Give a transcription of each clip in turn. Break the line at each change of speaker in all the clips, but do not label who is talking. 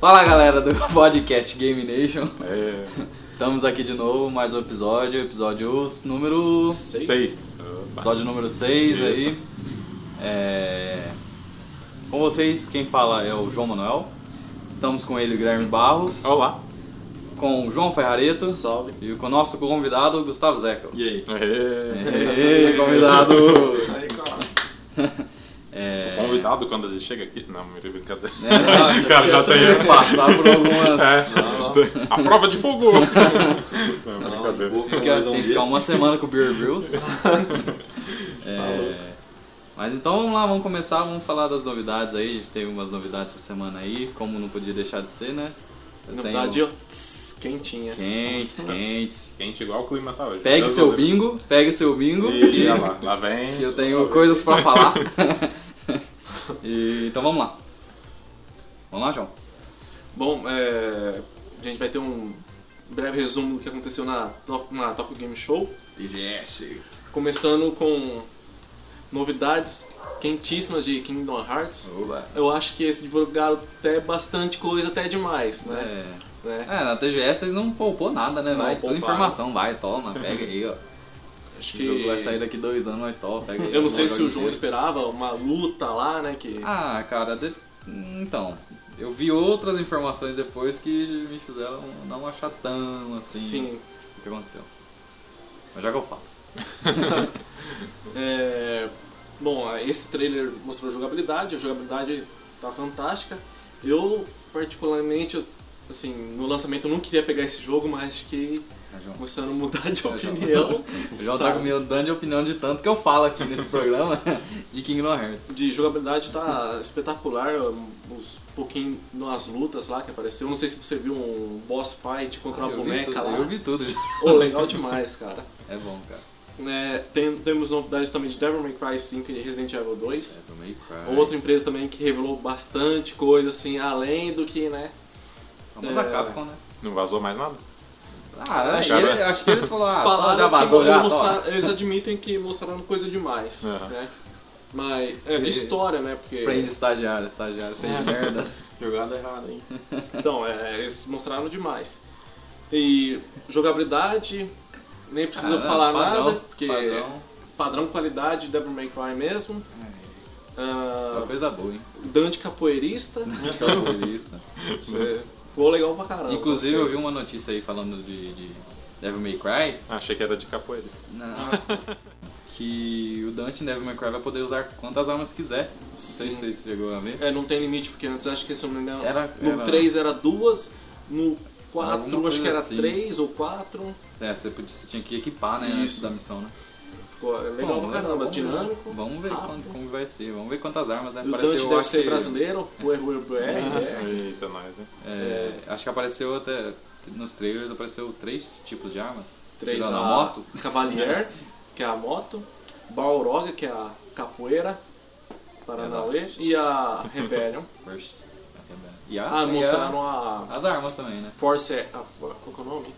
Fala galera do podcast Game Nation.
É.
Estamos aqui de novo, mais um episódio, episódio número 6.
Seis.
Episódio número 6 aí.
Isso.
É, Com vocês, quem fala é o João Manuel. Estamos com ele, Guilherme Barros,
Ah. Olá.
com o João Ferrareto
Salve.
e com o nosso convidado, Gustavo Zeca.
E aí?
Ei, convidado! É,
Convidado quando ele chega aqui. Não, me brincadeira.
É, não,
O cara já
você
tem-
tem que passar por algumas.
É. A prova de fogo! Não, brincadeira.
vou-
Tem que-
Mas um
tem que
dia-
ficar uma semana com o Beer Grylls.
Tá
É, mas então vamos lá, vamos começar, vamos falar das novidades aí. A gente teve umas novidades essa semana aí, como não podia deixar de ser, né? Eu
Novidade,
tenho
ó, tss, quentinhas.
Quentes, quentes.
Quente igual o clima tá hoje.
Pegue
Deus
seu
do livre.
bingo, pegue seu bingo,
E
que,
olha lá, lá
que
vem.
eu tenho coisas pra falar. E, então vamos lá. Vamos lá, João.
Bom, é, a gente vai ter um breve resumo do que aconteceu na, to- na Tokyo Game Show.
IGS.
Começando com novidades quentíssimas de Kingdom Hearts. Eu acho que eles divulgaram até bastante coisa, até demais, né?
É.
Né?
É, na TGS eles não poupou nada, né?
Não
Vai, toda
pouparam.
informação, vai, toma, pega aí, ó.
Acho
Que jogo
que...
vai sair daqui dois anos, mas top. pega aí,
Eu não sei
joga
se o João
inteiro.
esperava uma luta lá, né? Que...
Ah, cara, de- então. Eu vi outras informações depois que me fizeram dar uma chatão, assim.
Sim.
O que aconteceu. Mas já que eu falo.
É, Bom, esse trailer mostrou jogabilidade, a jogabilidade tá fantástica. Eu, particularmente, assim, no lançamento eu não queria pegar esse jogo, mas que
Né, João?
começando a mudar de
João.
opinião
O João tá
sabe?
com me dando de opinião de tanto que eu falo aqui nesse programa de Kingdom Hearts.
de jogabilidade tá espetacular, uns pouquinho nas lutas lá que apareceu. Não sei se você viu um boss fight contra uma
Ah, eu vi
boneca
tudo,
lá.
Eu vi tudo. já.
Oh, legal demais, cara.
É bom, cara.
É, tem- temos novidades também de Devil May Cry 5 e Resident Evil 2.
É, tomei cry.
Outra empresa também que revelou bastante coisa, assim, além do que, né?
Vamos a
é.
Capcom, né?
Não vazou mais nada?
Ah,
Acho
acho,
que-
ele, acho que eles falaram, ah,
Falaram
já
que
vazou, já,
eles,
toma.
mostra- eles admitem que mostraram coisa demais,
Aham.
né? Mas é
É. E-
de história, né? Porque
Prende estagiário, estagiário fez
É.
merda.
Jogada errada, hein?
né?
então, é, eles mostraram demais. E jogabilidade, nem precisa
Ah,
falar
padrão,
nada, porque
padrão. É.
padrão qualidade Devil May Cry mesmo.
Só
Ah,
coisa boa, hein?
Dante capoeirista,
Só turista.
você- ficou legal pra caramba.
Inclusive, eu
gostei.
vi uma notícia aí falando de, de Devil May Cry.
Achei que era de capoeira.
que o Dante em Devil May Cry vai poder usar quantas armas quiser. Não sei
Sim.
se você chegou a ver.
É, não tem limite, porque antes acho que se eu não me engano.
Era-
no
era-
3 era duas, no
Alguma
4
coisa
acho que era
assim.
3 ou 4.
É, você, podia- você tinha que equipar, né? Antes
Isso.
da missão, né?
Ficou legal pra caramba,
vamos ver.
dinâmico.
Vamos ver
rápido.
quanto- como vai ser. Vamos ver quantas armas, né?
E o
Pareceu,
Dante deve
acho
ser
que-
brasileiro, o é. RBR.
Eita, nós, hein?
É, Acho que apareceu até nos trailers apareceu três tipos de armas.
3
Tirando
a
a moto.
Cavalier, que é a moto. Balroga, que é a capoeira.
É
Paranauê. E a Rebellion.
First. E a,
Ah,
e a-
mostraram a
as armas também, né?
Force. A, qual que é o nome?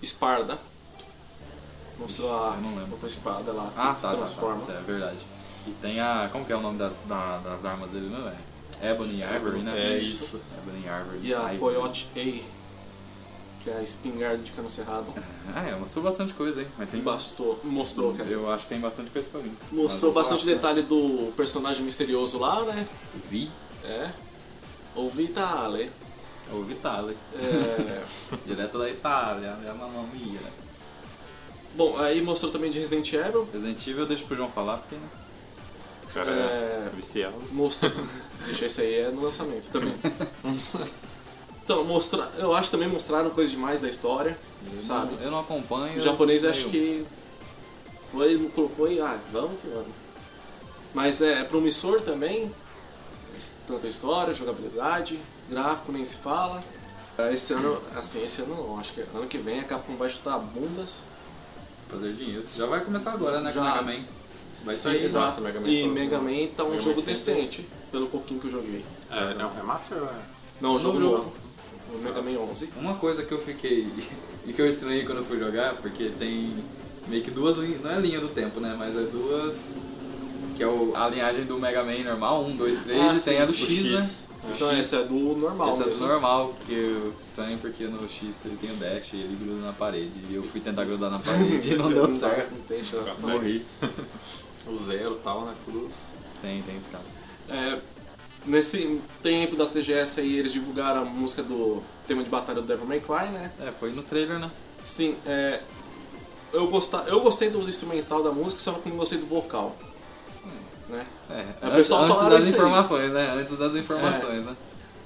Esparda. Mostrou a
Eu não lembro.
outra espada lá que
Ah,
se
tá, tá, tá,
transforma.
isso é verdade. E tem a. Como que é o nome das, da- das armas dele, né, velho? Ebony Ivory, né?
É
isso.
Ebony Ivory.
E a
Ivory.
Coyote A, que é a espingarda de cano cerrado,
Ah, é, mostrou bastante coisa, hein? Mas tem
bastou, mostrou, quer dizer,
Eu acho que tem bastante coisa pra mim.
mostrou
Mas-
bastante detalhe do personagem misterioso lá, né?
Vi,
É. O Vitale.
o Vitale.
É...
Direto da Itália, é uma mamia.
Bom, aí mostrou também de Resident Evil.
Resident Evil eu deixo pro João falar, porque. né?
O cara
É,
é viciado.
Mostrou. Deixa esse aí é no lançamento também. então, mostra... eu acho que também mostraram coisa demais da história,
Eu não-
sabe?
eu não acompanho.
O japonês
eu-
acho que. ou Ele colocou e. Ah, vamos que vamos. Mas é promissor também. es- Tanta história, jogabilidade, gráfico nem se fala. Ah, Esse ano, assim, esse ano não, acho que ano que vem a Capcom vai chutar bundas.
Fazer dinheiro. Já vai começar agora, né? Com o
Já.
Mega Man. Vai
Sim,
sair.
exato.
nossa, Mega Man
e
foi-
Mega Man tá um
Mega Man
jogo
sempre-
decente, pelo pouquinho que eu joguei.
É, não, é Master? é?
Não, o jogo
jogo.
novo. O Mega Man 11.
Uma coisa que eu fiquei. e que eu estranhei quando eu fui jogar, porque tem meio que duas. lin- Não é linha do tempo, né? Mas é duas. Que é o- a linhagem do Mega Man normal, 1, 2, 3,
Ah,
e
sim,
tem a do
o
Ah.
X, né?
Então esse é do normal
Esse é do
mesmo.
normal, porque eu- estranho porque no X ele tem o dash e ele gruda na parede. E eu fui tentar grudar na parede e não deu
dá,
certo. Tá
Não tem chance.
Morri.
O zero tal, né? Cruz.
Tem, tem escala.
É, nesse tempo da TGS aí, eles divulgaram a música do tema de batalha do Devil May Cry, né?
É, foi no trailer, né?
Sim, é, eu, gosta, eu gostei do instrumental da música, só que não gostei do vocal. Né?
É,
É, o
antes-
pessoal
antes
falaram
das
isso aí. É.
informações, né? Antes das informações, né?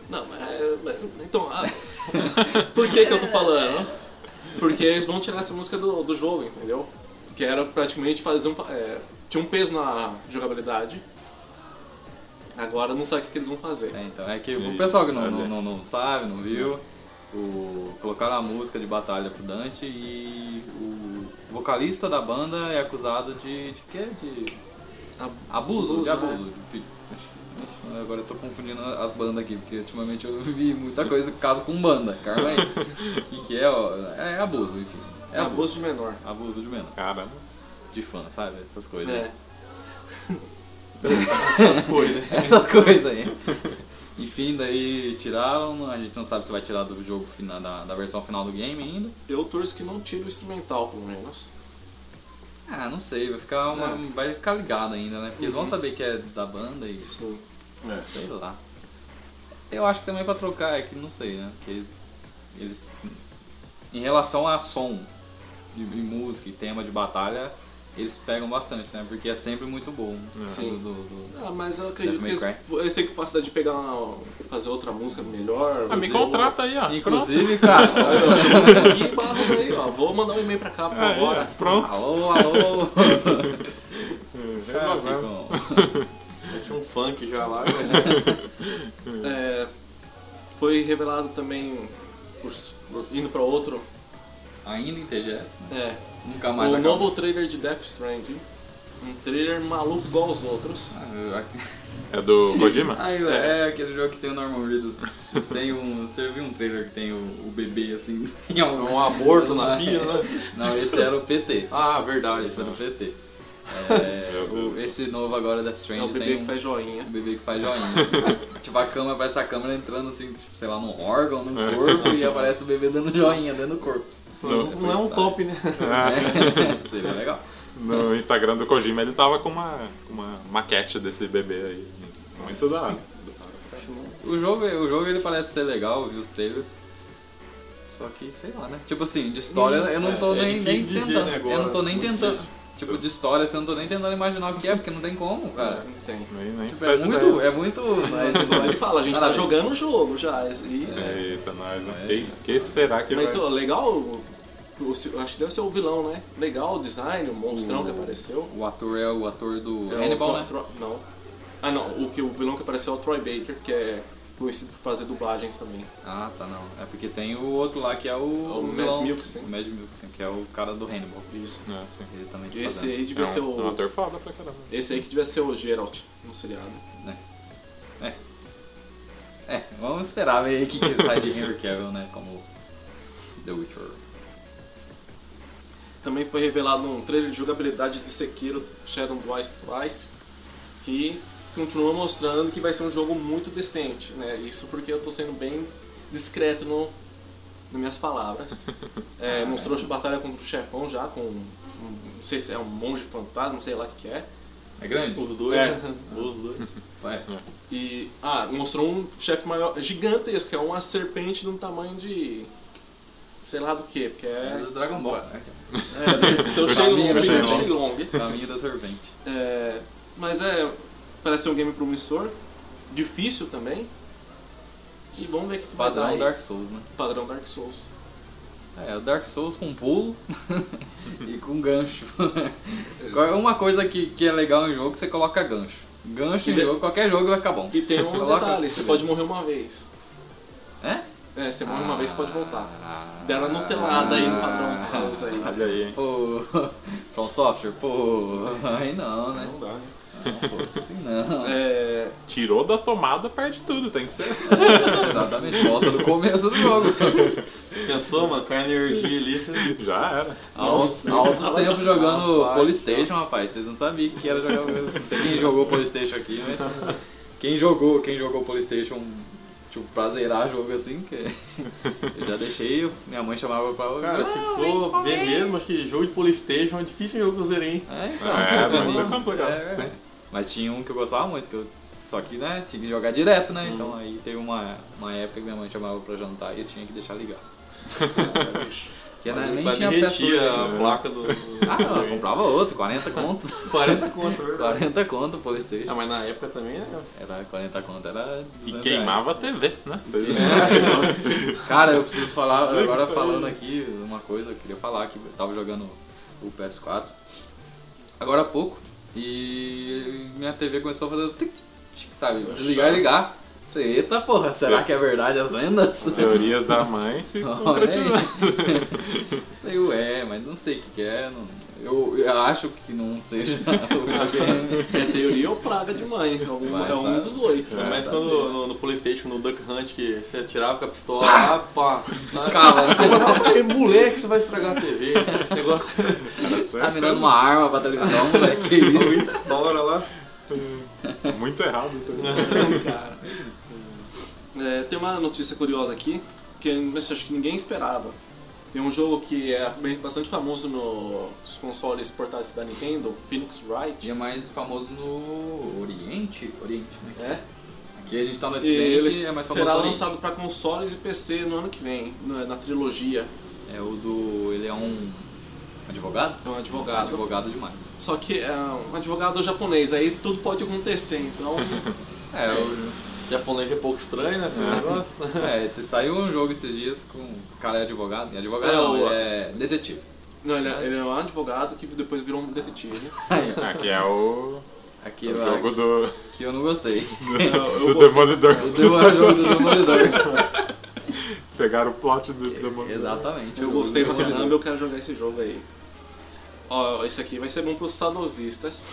Não, mas- mas- então, ah, por que que eu tô falando? Porque eles vão tirar essa música do, do jogo, entendeu? Que era praticamente fazer um... pa- é, tinha um peso na jogabilidade. Agora eu não sei o que, que eles vão fazer.
É, então, é que o
E-
pessoal que não,
olha.
não, não, não sabe, não viu, o, colocaram a música de batalha pro Dante e o vocalista da banda é acusado de. de quê? De
A-
abuso? de
Abuso, né?
abuso. de- Ixi, Agora eu tô confundindo as bandas aqui, porque ultimamente eu vi muita coisa que casa com banda. Carma aí. O que, que é? ó? É abuso, enfim.
é abuso de menor.
Abuso de menor.
Caramba.
De fã, sabe? Essas coisas.
É.
Essas coisas.
Essas coisas aí. Enfim, daí tiraram, a gente não sabe se vai tirar do jogo final, da, da versão final do game ainda.
Eu torço que não tire o instrumental, pelo menos.
Ah, não sei, vai ficar uma.
É.
Vai ficar ligado ainda, né? Porque eles vão
Uhum.
saber que é da banda e
Sim.
É.
sei lá. Eu acho que também pra trocar é que não sei, né? Porque eles. eles em relação a som e, e música e tema de batalha, eles pegam bastante, né? Porque é sempre muito bom.
Sim.
Do, do-
Ah, mas eu acredito que
Devil
eles,
May
eles têm capacidade de pegar uma, fazer outra música melhor.
Ah, me
fazer Ah,
contrata aí, ó.
Inclusive, cara.
Aí, ó, chama aqui, barros aí, ó. Vou mandar um e-mail pra cá, por
Pronto.
favor.
É, pronto. É,
alô, alô!
Resolvemos. É.
Tinha um funk já lá.
É, foi revelado também, por- por- indo pra outro,
Ainda em TGS, né?
é,
Nunca mais
o
acaba.
novo trailer de Death Stranding. Um trailer maluco igual aos outros.
Ah, eu-
É do
Ah,
Kojima?
Ai, ué, é aquele jogo que tem o Norman Reedus. Tem um. Você viu um trailer que tem o, o bebê assim? Tem um,
Um aborto na pia, né?
Não, esse era o PT.
Ah,
Ah,
verdade.
esse era o PT. É,
Meu
o- esse novo agora Death
É
Ah,
Stranding
o bebê
tem
que
um
faz joinha.
um bebê que faz joinha. tipo, a câmera, aparece a câmera entrando assim, tipo, sei lá, num órgão, num corpo, e aparece o bebê dando joinha dentro do corpo.
Não, não é um top, né?
É, seria legal.
No Instagram do Kojima ele tava com uma, com uma maquete desse bebê aí. Muito da hora.
O jogo, o jogo ele parece ser legal, eu vi os trailers. Só que, sei lá, né? Tipo assim, de história eu não tô
é
nem,
difícil
nem
dizer,
tentando.
né, agora,
eu não tô nem
muito
tentando.
difícil.
Tipo, de história assim, eu não tô nem tentando imaginar o que é, porque não tem como,
tá?
cara.
Não Tem.
Nem, nem
Tipo, é
faz
muito.
ideia.
É muito.
Mas igual ele fala, a gente tá
Parabéns.
jogando o jogo já. E,
Eita, nós. né?
É.
Que, que será que
Mas
vai...
ó, legal, o- o- acho que deve ser o vilão, né? Legal o design, o monstrão que apareceu.
O ator é o ator do
É o
Hannibal,
Tro-
né?
Tro- Não. Ah, não. O, que, o vilão que apareceu é o Troy Baker, que é conhecido por fazer dublagens também.
Ah, tá, não. É porque tem o outro lá que é o.
o Mads
vilão-
Mikkelsen.
O Mads Mikkelsen, que é o cara do Hannibal.
Isso.
É, sim.
Ele também tá
Tipo, Esse
fazendo,
aí
É
devia ser
um, é um
o...
ator foda pra caramba.
Esse aí que devia ser o Geralt no seriado.
né? É. É, vamos esperar ver o que que sai de Henry Cavill, né? Como The Witcher.
Também foi revelado um trailer de jogabilidade de Sekiro Shadow Twice Twice, que continua mostrando que vai ser um jogo muito decente, né? Isso porque eu tô sendo bem discreto no, nas minhas palavras. É, mostrou a batalha contra o chefão já, com um, não sei se é um monge fantasma, sei lá o que que é.
É grande?
Os dois.
É.
né? Os dois.
Vai.
E ah, mostrou um chefe maior, gigantesco, que é uma serpente de um tamanho de sei lá do que, porque
É
é,
do Dragon Ball.
é seu
Caminho,
né?
Shenlong.
Caminho da Serpente.
É, mas é. Parece ser um game promissor, difícil também. E vamos ver o que, que vai dar
Padrão
aí.
Dark Souls, né?
Padrão Dark Souls.
É, o Dark Souls com pulo e com gancho. Qual é Uma coisa que, que é legal em jogo, que você coloca gancho. Gancho em
E de-
jogo, qualquer jogo vai ficar bom.
E tem um
Coloca-
detalhe, você pode morrer uma vez.
É?
É, você morre uma vez você pode voltar.
Ah.
Deram a nutelada aí no padrão dos Souls aí.
Olha aí, hein?
Pô, From Software, pô, aí não, né?
Não dá, né?
Não, pô, assim não.
É,
Tirou da tomada, perde tudo, tem que ser.
Exatamente, volta do começo do jogo.
Pensou, mano, com a energia ali, você
Já era.
Altos, altos tempos jogando Polystation, rapaz. Vocês não sabiam que era jogar. Não sei quem jogou Polystation aqui, mas. Quem jogou, quem jogou Playstation, tipo, pra zerar jogo assim, que eu já deixei, minha mãe chamava pra...
Cara, se for ver mesmo, acho que jogo de Playstation é difícil jogo que eu zerei, hein?
É, então,
É,
tipo,
muito
assim,
complicado.
é,
Sim.
Mas tinha um que eu gostava muito, que eu... só que né, tinha que jogar direto, né? Então aí teve uma, uma época que minha mãe chamava pra jantar e eu tinha que deixar ligado. Porque né, nem
Pra
tinha
derretir
peça.
a
né?
placa do.
Ah, não, eu comprava outro, 40 conto.
40 conto, é verdade.
40 conto o Playstation.
Ah, mas na época também né?
Era 40 conto, era. 200
E
reais.
queimava a TV, né? Você-
Cara, eu preciso falar,
Lembra
agora
isso aí?
falando aqui uma coisa, eu queria falar que eu tava jogando o PS4 agora há pouco e minha TV começou a fazer tic, tic, sabe, desligar e ligar. Falei, Eita porra, será que é verdade as lendas?
Teorias da mãe se
Olha aí.
concretizando.
Falei, ué, mas não sei o que, que é, não- eu, eu acho que não seja
Tá
o videogame.
É teoria ou praga de mãe. Alguma,
Vai,
é um
sabe?
dos dois.
É.
Mas
sabe?
quando no, no Playstation, no Duck Hunt, que você atirava com a pistola lá, pá, tá?
Escala, né?
Mas eu falei, moleque, você vai estragar a TV. Esse negócio
Ah,
Era
Tá
certo.
virando uma arma pra televisão, moleque, que isso?
estoura lá.
Muito errado isso aí.
É, tem uma notícia curiosa aqui, que eu acho que ninguém esperava. Tem um jogo que é bem- bastante famoso no- nos consoles portáteis da Nintendo, Phoenix Wright.
E é mais famoso no Oriente? Oriente, né?
É,
Aqui a gente tá no
e
Ocidente
ele
é mais famoso
será
no Oriente.
lançado para consoles e PC no ano que vem, na, na trilogia.
É o do. Ele é um. Advogado?
É um advogado.
Advogado demais.
Só que é um advogado japonês, aí tudo pode acontecer, então.
É, o,
Japonês é pouco estranho, né? Esse
É.
negócio.
é, te- saiu um jogo esses dias com. O cara é advogado. É advogado,
É,
não,
o-
ele é detetive.
Não, ele, é- ele é um advogado que depois virou um detetive.
Aqui é o,
Aqui
o
eu,
jogo do,
que eu não gostei.
Eu,
do
eu gostei.
Demolidor.
O do o jogo do Demolidor.
Pegaram o plot do Demolidor.
Exatamente.
Eu
o jogo
gostei
do
pra caramba,
Demolidor.
eu quero jogar esse jogo aí. Ó, esse aqui vai ser bom pros saudosistas.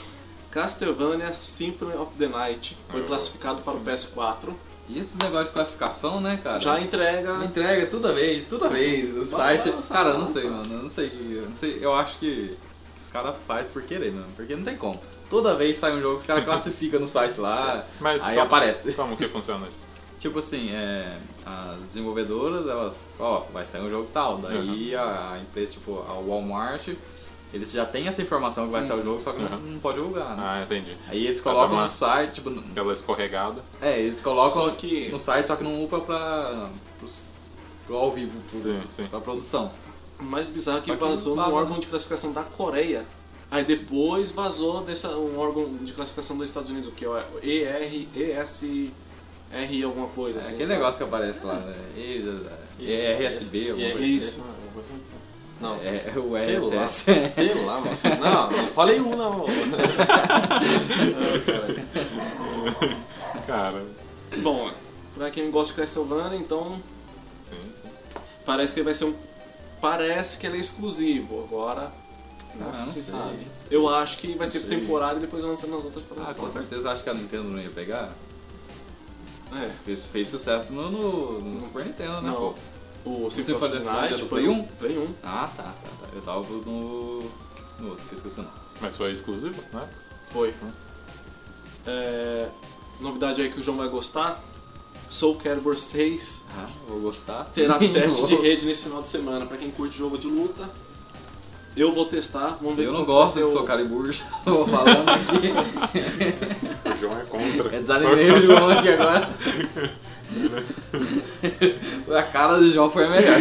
Castlevania Symphony of the Night foi
Ah,
Eu-
classificado para o PS4.
E esses negócios de classificação, né, cara?
Já entrega.
Entrega toda vez, toda vez. O site.
balança,
cara, eu não
balança.
sei, mano. Eu não sei. Eu não sei. Eu acho que os caras fazem por querer, mano. Porque não tem como. Toda vez sai um jogo, os caras classificam no site lá,
Mas
aí
como-
aparece.
Como que funciona isso?
Tipo assim, é, as desenvolvedoras, elas, ó, vai sair um jogo tal. Daí a, a empresa, tipo, a Walmart, eles já têm essa informação que vai sair o jogo, só que não, não pode divulgar, né?
Uhum. Ah, entendi.
Aí eles
Cada
colocam
uma-
no site, tipo, no-
Aquela escorregada.
é, eles colocam
Só que-
no site, só que não upa pra, pros- pro ao vivo, pro,
Sim, sim.
pra produção.
O mais bizarro é que
Só que
vazou
vaza,
num órgão
né?
de classificação da Coreia. Aí depois vazou dessa, um órgão de classificação dos Estados Unidos, o que é o ER, ESR alguma
É
coisa. assim,
aquele
sabe?
negócio que aparece lá, né? E- é e- ERSB, alguma coisa. assim?
Isso.
é Não,
É, o
Sei lá.
RSS.
sei lá, mano. Não, não falei um, não.
Cara,
é
Bom, pra quem gosta de Castlevania, então
sim, sim.
Parece que ele vai ser um. Parece que ele é exclusivo. Agora. Não,
Ah,
se
não sei.
sabe. Eu acho que vai ser
sei.
temporário e depois lançando nas outras
Ah, com
plataformas.
certeza acho que a Nintendo não ia pegar.
É.
Fez, fez sucesso no, no- no Super Nintendo, né?
Não.
pô?
O
Você
Symphony of the
falou da-
Night
do
foi
Play
um.
um?
Play 1.
Ah, tá, tá, tá. Eu tava no. no outro, que eu esqueci o nome.
Mas foi exclusivo, né?
Foi.
Hum.
É, novidade aí que o João vai gostar. Soul Calibur 6
Ah, vou gostar. sim.
terá teste de
Vou.
rede nesse final de semana. Pra quem curte jogo de luta, eu vou testar. Vamos ver
Eu não
como
gosto
vai
de
ser o-
Soul Calibur, já tô falando aqui.
O João é contra.
É desanimei o João aqui agora. a cara do João foi a melhor.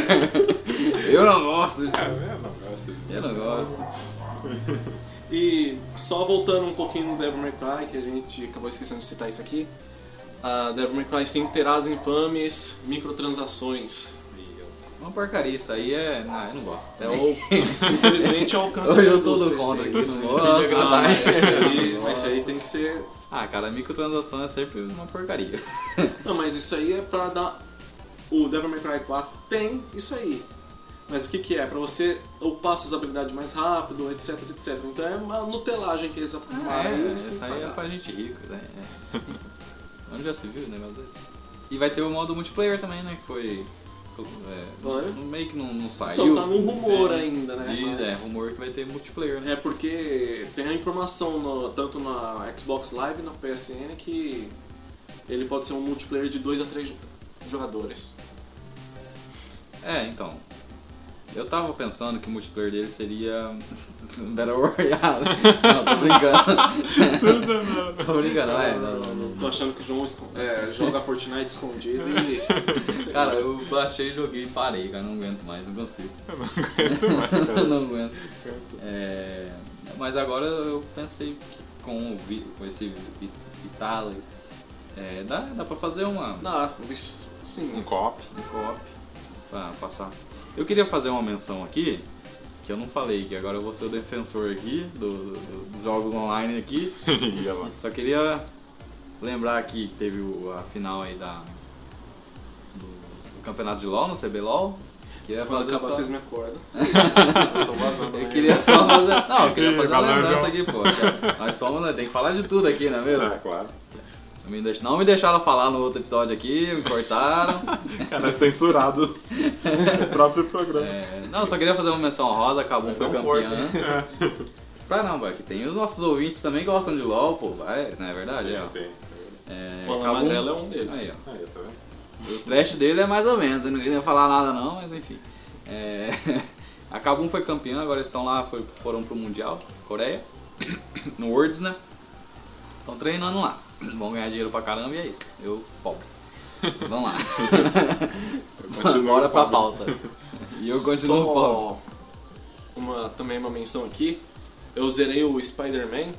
Eu não gosto.
Só- É, não gosto disso.
Eu não gosto.
E só voltando um pouquinho no Devil May Cry, que a gente acabou esquecendo de citar isso aqui. A Devil May Cry 5 terá as infames microtransações.
Uma porcaria, isso aí é. Não, eu não gosto.
É o, infelizmente é o câncer
Hoje eu
da
tô do
indústria,
contra
isso
aqui, não
aí. Não,
gosto.
mas isso aí, mas isso aí tem que ser.
Ah, cara, microtransação é sempre uma porcaria.
Não, mas isso aí é pra dar. O Devil May Cry 4 tem isso aí. Mas o que, que é? Pra você upar suas habilidades mais rápido, etc, etc. Então é uma nutelagem que eles
Ah,
aprovaram.
é,
aí, eles têm
isso
que
aí é
pagar.
pra gente rico, né? É. Onde já se viu um negócio desse? E vai ter o modo multiplayer também, né? Que foi. é,
Não é?
não- meio que não, não saiu.
Então tá num rumor
é,
ainda, né?
de-
Mas-
É, rumor que vai ter multiplayer, né?
É porque tem a informação no- tanto na Xbox Live e na PSN que ele pode ser um multiplayer de 2 a 3 jogadores.
É, então. Eu tava pensando que o multiplayer dele seria Battle Royale. Não, tô brincando. tô brincando, é. Não, não, não.
Tô achando que o João esco- é, joga Fortnite escondido e.
Cara, eu baixei, joguei e parei, cara. Não aguento mais, não consigo.
Eu não aguento mais. cara.
não aguento. É, mas agora eu pensei que com, o vi- com esse vi- Vitale, é, dá, dá pra fazer uma,
Dá, mas, sim.
Um cop.
um co-op pra passar. Eu queria fazer uma menção aqui, que eu não falei, que agora eu vou ser o defensor aqui do- do- dos jogos online aqui.
Ia lá.
Só queria lembrar aqui que teve o- a final aí da, do, do campeonato de LoL, no CBLOL. Queria
Quando
fazer
acabar,
só-
vocês me acordam.
Eu tô vazando.
Eu queria só fazer. Não, eu queria
Ih,
fazer
valeu,
uma lembrança
João.
aqui, pô. que Nós somos, né? Tem que falar de tudo aqui, não é mesmo?
Ah, claro.
Não me deix- Não me deixaram falar no outro episódio aqui, me cortaram.
Cara, é censurado no próprio programa.
É, Não, só queria fazer uma menção rosa, acabou, foi
Não pode.
campeã.
né?
É.
Pra não, velho, que tem os nossos ouvintes também que gostam de LOL, pô, vai, não é verdade? é, ó.
Sim, sim.
É,
O Alan
Kabum-
Magrela é um deles.
Aí, ó.
Aí, tá vendo?
O trash dele é mais ou menos, eu não queria falar nada não, mas enfim. É... A Kabum foi campeã, agora eles estão lá, foi- foram pro Mundial, Coreia, no Worlds, né? Estão treinando lá. Vão ganhar dinheiro pra caramba e é isso. Eu, pobre. Vamos lá.
continuo
Bora pra
pobre.
pauta. E eu continuo
Só
pobre.
Uma, também uma menção aqui. Eu zerei o Spider-Man.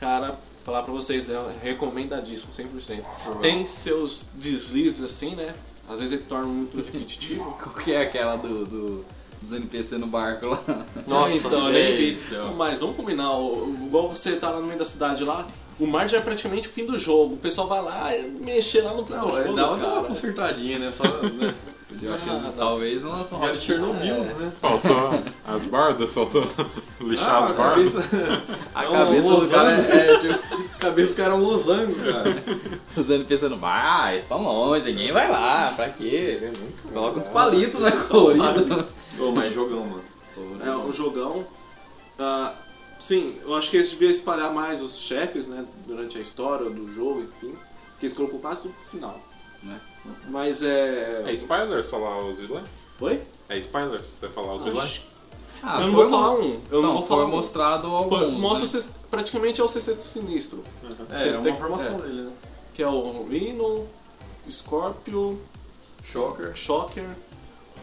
Cara, falar pra vocês, né? Recomendadíssimo, 100%. Tem seus deslizes assim, né? Às vezes ele torna muito repetitivo.
Qual que é aquela do, do- dos NPC no barco lá?
Nossa, então, eu nem vi.
Gente, ó.
Mas vamos combinar, o- o- igual você tá lá no meio da cidade lá, o mar já é praticamente o fim do jogo. O pessoal vai lá e mexer lá no fim
Não,
do
é,
jogo,
dava
cara.
uma consertadinha, né? Só, né?
Eu achei,
Ah, não.
talvez não são
Era Chernobyl,
É.
né?
Faltou as bardas, faltou lixar
Ah,
as
a
bardas.
Ah, cabeça,
A
É um
cabeça do cara é, é tipo.
a cabeça do cara é um losango, cara.
Os NPC não vai, ah, eles estão longe, ninguém vai lá, pra quê? Coloca uns palitos, né? Colorido.
Ô, mas jogão, mano. né?
É um jogão. Ah, sim, eu acho que eles deviam espalhar mais os chefes, né? Durante a história do jogo, enfim. Que eles colocou quase tudo pro final.
Né?
Mas é.
É spoilers falar os vilões?
Oi?
É spoilers você falar os vilões?
Eu
Ah,
não
foi
vou falar um. Eu não
Então,
vou falar
foi
um.
mostrado alguns.
Foi-
né?
Mostra o sex- praticamente é o sexteto sinistro.
É,
Vocês
é
têm-
uma formação dele, né?
Que é o Rhino, Scorpio,
Shocker.
Shocker,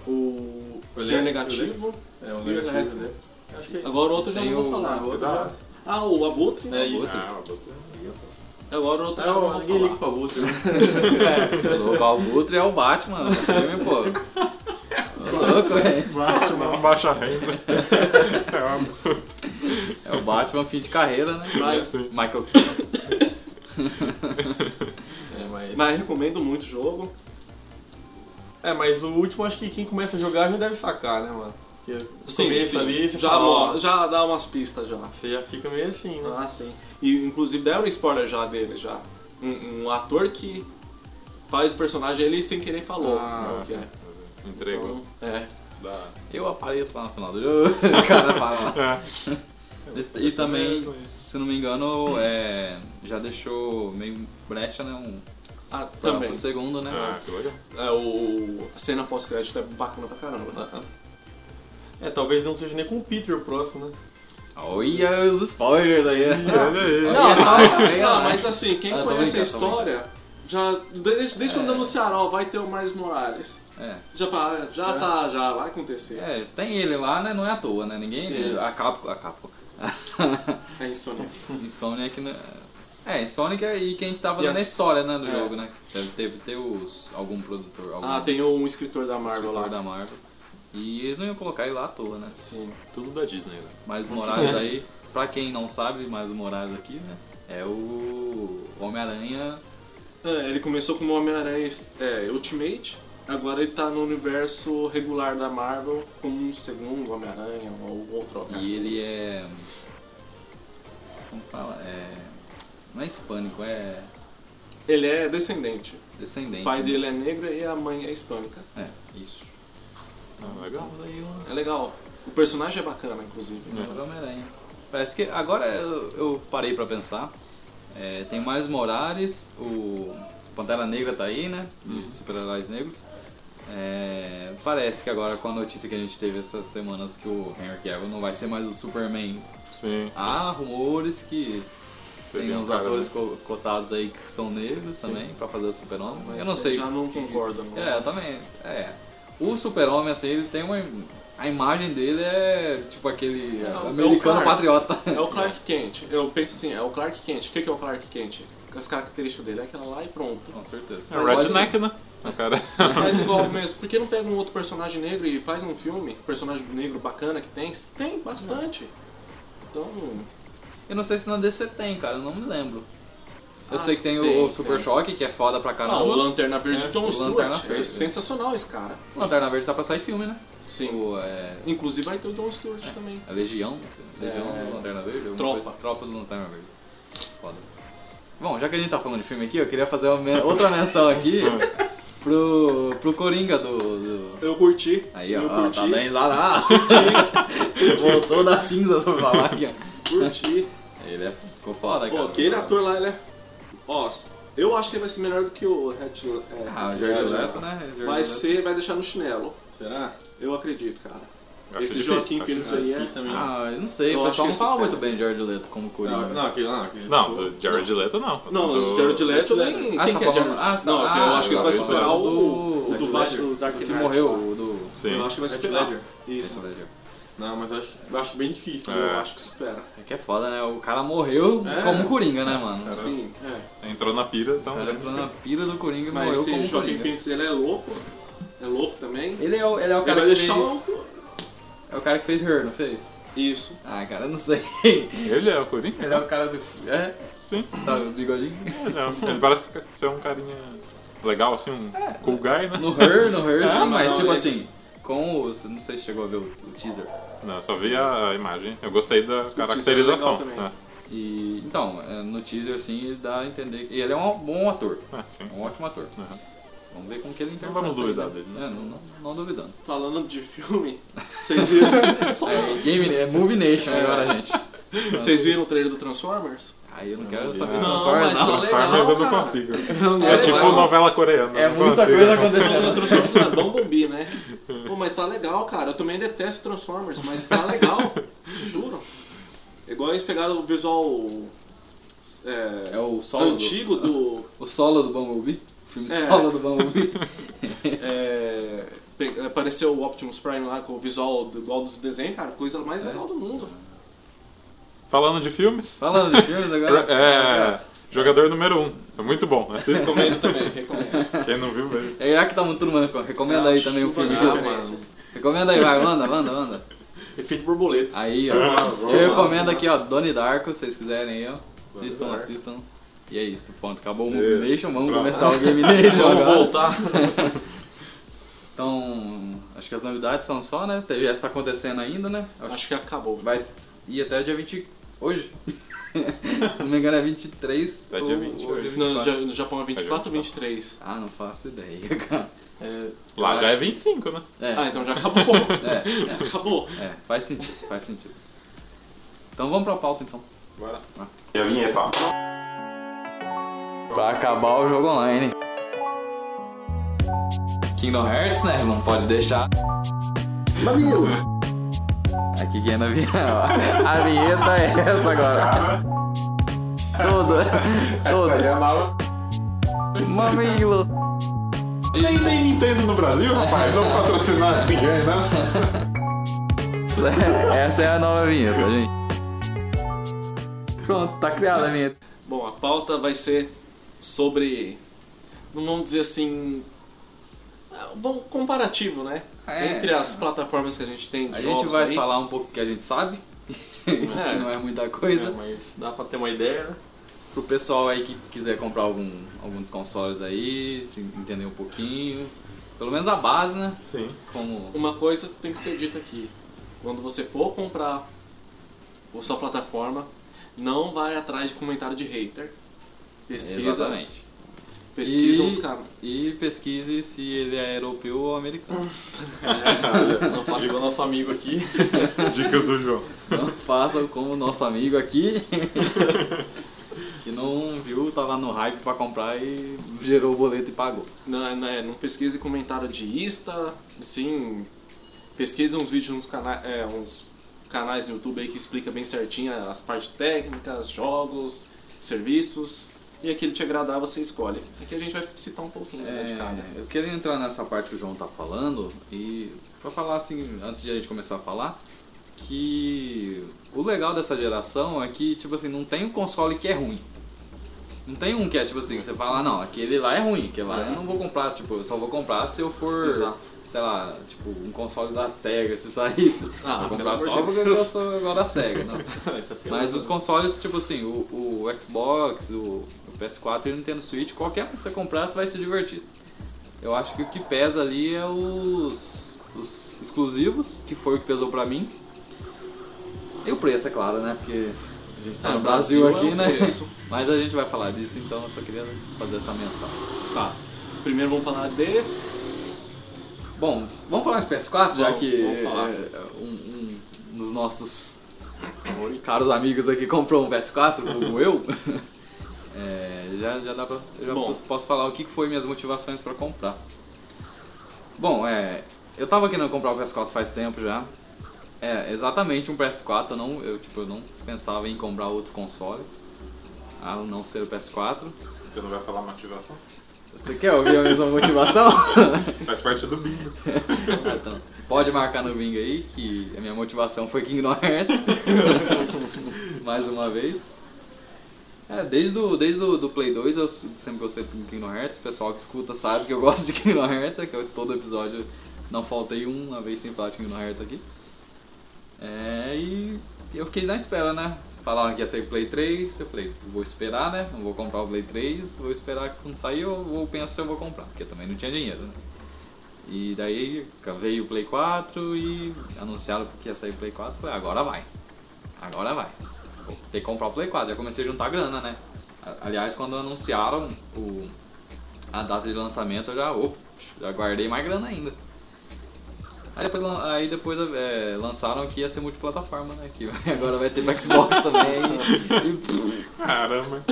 o
O
Ser
Electro,
Negativo.
É, o
E o
negativo
Electro.
dele. Acho que é isso.
Agora o outro eu já
Tem
não
o-
vou falar.
Outro
Tá.
já-
Ah, o Abutre.
É isso.
Ah, o doutor.
Agora o
É
outro eu já
Ah,
não
o-
vou
ninguém liga
falar.
pra outro.
O Balbutre é o Batman no filme, pô. Ô, louco, é.
Batman, baixa renda. É uma-
É o Batman fim de carreira, né?
Mas-
Michael Keaton.
É, mas...
Mas recomendo muito o jogo.
É, mas o último acho que quem começa a jogar já deve sacar, né, mano? Porque no começo ali você
já,
fala,
mo-
ó,
já dá umas pistas já.
Você já fica meio assim, né?
Ah, sim. E inclusive deram um spoiler já dele já. Um, um ator que faz o personagem ele sem querer falou.
Ah,
Não, que é.
Entregou.
Então, é.
Da...
Eu apareço lá no final do jogo. O cara fala lá.
É.
Esse- E também, se não me engano, é, já deixou meio brecha, né? Um,
Ah,
pra-
também.
Pro segundo, né?
Ah, que legal.
É, o, a cena pós-crédito é bacana pra caramba.
É, talvez não seja nem com o Peter o próximo, né?
Olha os spoilers aí. tá
Olha aí.
Não,
Ah, mas assim, quem
Ah, tô
conhece a
brincando, tô
história, já. Deixa, deixa eu andando no Ceará, vai ter o Mais Morales.
É.
Já, fala, já tá, já vai acontecer. É,
É, tem ele lá, né? Não é à toa, né? Ninguém.
Sim.
A Capcom. A Capcom. É.
insônia.
Insomniac. né? É, Insomniac e quem tá fazendo
Yes.
a história, né? Do
É.
jogo, né? Deve ter, ter os, algum produtor. Algum
Ah, tem um escritor da Marvel
escritor
lá.
da Marvel. E eles não iam colocar ele lá à toa, né?
Sim.
Tudo da Disney, né?
Miles Morales aí, pra quem não sabe, Miles Morales aqui, né? É o Homem-Aranha.
É, ele começou como Homem-Aranha é, Ultimate, agora ele tá no universo regular da Marvel como um segundo Homem-Aranha ou outro
E
Homem-Aranha.
ele é. Como fala? É. Não é hispânico, é
Ele é descendente.
descendente.
O pai
né?
dele é negro e a mãe é hispânica.
É, isso.
Ah, legal.
Temos aí uma.
É legal. O personagem é bacana, inclusive.
Agora é o Homem-Aranha. Parece que. Agora eu, eu parei pra pensar. É, tem mais Morales, o Pantera Negra tá aí, né?
Uhum.
Os Super-heróis negros. É, parece que agora com a notícia que a gente teve essas semanas que o Henry Cavill não vai ser mais o Superman.
Sim.
Há rumores que tem
Seria um
uns
cara-
atores co- cotados aí que são negros também pra fazer o Super-Homem.
Mas
Eu não sei.
Já não
que-
concordo. não.
É, eu também. É. O Super-Homem, assim, ele tem uma. im- A imagem dele é tipo aquele
É, é o
americano
Clark.
patriota.
É o Clark Kent. Eu penso assim, é o Clark Kent. O que que é o Clark Kent? As características dele é aquela lá e pronto.
Com certeza.
É o Redneck, né? O cara.
Mas igual mesmo, por que não pega um outro personagem negro e faz um filme? Personagem negro bacana que tem? Tem bastante. Então.
Eu não sei se na DC tem, cara, eu não me lembro. Eu
Ah,
sei que tem,
tem,
o Super
tem.
Choque, que é foda pra
Ah,
caramba.
o Lanterna Verde
É,
John
o
Stewart.
Lanterna
É
Verde.
sensacional esse cara.
O Lanterna Verde tá pra sair filme, né?
Sim.
O, é,
Inclusive vai ter o John Stewart também.
a Legião, não sei, Legião
É.
do Lanterna Verde? alguma
Tropa.
coisa. Tropa do Lanterna Verde. Foda. Bom, já que a gente tá falando de filme aqui, eu queria fazer uma men- outra menção aqui pro, pro Coringa do... do-
Eu curti.
Aí,
eu
ó,
curti.
tá bem lá, lá. Voltou da cinza, sobre falar aqui, ó.
Curti.
Ele é, ficou foda,
Pô,
cara.
aquele ator lá, ele é. Ó, eu acho que ele vai ser melhor do que o Hatch. É,
Ah, o
Heath
Jared
Ledger,
Leto,
lá.
né? Jared
Vai
Leto.
ser, vai deixar no chinelo.
Será?
Eu acredito, cara.
Eu acho
Esse
difícil,
Joaquim
acho
Phoenix
Cara,
aí
difícil
é.
também.
Ah, eu não sei,
Eu
o
acho
pessoal
que
não
isso
fala
pega.
muito bem de Jared Leto como Coringa. né?
Não, não, aquele lá, aquele.
Não, do Jared Leto não.
Não, mas
do...
o Jared Leto
Jared
nem.
Ah,
Quem
você
que
tá
é Jared
falando- ah, você tá-
Não, eu
ah,
acho que isso vai
eu tava
superar
falando
o.
do-
O do
Heath
Batman
Ledger.
do Dark
O
Knight.
que morreu,
lá.
o do...
Sim.
Eu acho que vai
Heath
superar.
Ledger.
Isso.
Não, mas eu acho, eu acho bem difícil.
Eu
É.
acho que supera.
É que é foda, né? O cara morreu
É.
como Coringa, né, mano? O
Sim, é.
Entrou na pira, então.
cara entrou na pira do Coringa e
Mas
morreu
esse
como né?
Joaquim
Coringa.
Phoenix, ele é louco. É louco também. Ele
Ele é o, ele é o cara
vai
que
deixar
fez...
o.
É o cara que fez Her, não fez?
Isso.
Ah, cara, eu não sei.
Ele é o Coringa?
Ele é o cara do... É?
Sim,
Tá, o bigodinho?
ele é. Ele parece ser um carinha legal, assim, um cool guy, né?
No Her, no Her,
É,
sim, mas
mas não,
tipo
esse-
assim... Com os... Não sei se chegou a ver o, o teaser.
Não, eu só vi a imagem. Eu gostei da caracterização.
legal também.
É.
E... Então, é, no teaser, assim, ele dá a entender... que- E ele é um bom ator.
Ah, sim.
É um ótimo ator.
Uhum.
Vamos ver como que ele interpreta.
vamos duvidar
aí, né?
dele, né?
É, não, não, não duvidando.
Falando de filme, vocês viram. Só-
É Game, é Movie Nation agora, gente.
Vocês viram o trailer do Transformers?
Aí eu não quero
vi,
saber
não.
de
Não,
Transformers,
mas
não.
tá
Transformers mas eu não
cara.
consigo.
É,
É tipo
mas-
novela coreana.
É
não
muita
consigo.
coisa
Não, o
acontecendo.
Transformers não é Bumblebee, né? Pô, mas tá legal, cara. Eu também detesto Transformers, mas tá legal. Te juro. É Igual eles pegaram o visual.
É
É,
o solo do,
antigo do.
o solo do Bumblebee. O filme
É.
solo do Bumblebee.
é, pe- apareceu o Optimus Prime lá com o visual do, igual dos desenhos, cara. Coisa mais
É.
legal do mundo.
Falando de filmes,
Falando de filmes agora.
é. Jogador número 1. Um. É muito bom. Assista.
Recomendo também, recomendo.
Quem não viu, veja.
É já que tá muito mano. Recomenda aí também o
Chuva
filme.
na
viu?
referência.
Recomenda aí, vai. Manda, manda, manda.
Efeito borboleta.
Aí, ó.
Nossa,
eu
nossa,
recomendo
Ah, nossa.
aqui, ó. Donnie Darko, se vocês quiserem aí, ó. Assistam,
Darko. Tá.
assistam. E é isso, ponto. Acabou o Movie
Isso.
Nation. Vamos
Pronto.
começar o Game Nation
Vamos
agora.
voltar.
Então, acho que as novidades são só, né? TGS tá acontecendo ainda, né? Acho
Acho que acabou.
que vai ir até o dia 20. Hoje? Se não me engano é 23.
É
ou-
dia 20
ou
hoje.
dia
No,
24.
Ja- no Japão é 24 ou 23?
Ah, não faço ideia, cara.
Lá já é 25, né?
É,
Ah, então já acabou.
é,
acabou.
é, é, faz sentido, faz sentido. Então vamos pra pauta então.
Bora.
E a vinheta?
Pra acabar o jogo online. Kingdom Hearts, né? Não pode deixar.
Mamilos!
Aqui quem é na vinheta. A vinheta é essa agora. Tudo.
é
Tudo. Mamilo.
Nem tem Nintendo no Brasil, rapaz. Não patrocinar ninguém, né?
Essa é a nova vinheta, gente. Pronto, tá criada a vinheta.
Bom, a pauta vai ser sobre. Não vamos dizer assim. ah, Bom, comparativo, né?
É.
Entre as plataformas que a gente tem de
A gente
jogos
vai
aí.
falar um pouco que a gente sabe, que não é muita coisa.
É, mas dá pra ter uma ideia, né?
Pro pessoal aí que quiser comprar algum, algum dos consoles aí, se entender um pouquinho. Pelo menos a base, né?
Sim.
Como.
Uma coisa tem que ser dita aqui. Quando você for comprar a sua plataforma, não vai atrás de comentário de hater. Pesquisa,
Exatamente.
pesquisa
E-
os caras.
E pesquise se ele é europeu ou americano.
Não faço igual nosso amigo aqui.
Dicas do João.
Não façam como o nosso amigo aqui. que não viu, tava no hype pra comprar e gerou o boleto e pagou.
Não, né, não pesquise comentário de Insta, sim, pesquise uns vídeos nos canais, é, uns canais no YouTube aí que explica bem certinho as partes técnicas, jogos, serviços. E aquele que te agradar você escolhe. Aqui a gente vai citar um pouquinho né, de cada.
É, eu queria entrar nessa parte que o João tá falando e pra falar assim, antes de a gente começar a falar, que o legal dessa geração é que, tipo assim, não tem um console que é ruim. Não tem um que é tipo assim, que você fala, não, aquele lá é ruim, aquele lá eu não vou comprar, tipo, eu só vou comprar se eu for,
Exato.
sei lá, tipo, um console da SEGA, se saísse.
Ah,
vou
pelo
comprar
amor
só
de
porque eu
Deus.
sou igual da SEGA, não. Mas
tá-
os consoles, tipo assim, o, o Xbox, o, o PS4 e o Nintendo Switch, qualquer um que você comprar, você vai se divertir. Eu acho que o que pesa ali é os, os exclusivos, que foi o que pesou pra mim. E o preço, é claro, né? Porque a gente tá
Ah,
no Brasil,
Brasil é
aqui,
o
né?
preço.
Mas a gente vai falar disso, então eu só queria fazer essa menção.
Tá. Primeiro vamos falar de.
Bom, vamos falar de PS4, já
Vamos,
que
vamos falar.
é, um, um dos nossos caros amigos aqui comprou um PS4, como eu. É, já, já dá pra, eu já
Bom.
posso, posso falar o que que foi minhas motivações pra comprar. Bom, é, eu tava querendo comprar o PS4 faz tempo já. É, exatamente um PS4, eu não, eu, tipo, eu não pensava em comprar outro console, a não ser o PS4.
Você não vai falar motivação?
Você quer ouvir a mesma motivação?
Faz parte do bingo.
Ah, então, pode marcar no bingo aí, que a minha motivação foi Kingdom Hearts. Mais uma vez. É, desde o desde o, do Play 2 eu sempre gostei de Kingdom Hearts. O pessoal que escuta sabe que eu gosto de Kingdom Hearts, é que eu, todo episódio não faltei uma vez sem falar de Kingdom Hearts aqui. É, e eu fiquei na espera, né? Falaram que ia sair o Play 3, eu falei, vou esperar, né? Não vou comprar o Play 3, vou esperar quando sair eu vou pensar se eu vou comprar, porque eu também não tinha dinheiro, né? E daí veio o Play 4 e anunciaram que ia sair o Play 4. Falei, agora vai. Agora vai. Vou ter que comprar o Play 4. Já comecei a juntar grana, né? A- Aliás, quando anunciaram o, a data de lançamento, eu já, op, já guardei mais grana ainda. Aí depois, lan- aí depois é, lançaram que ia ser multiplataforma, né? Que agora vai ter pra Xbox também. E,
Caramba,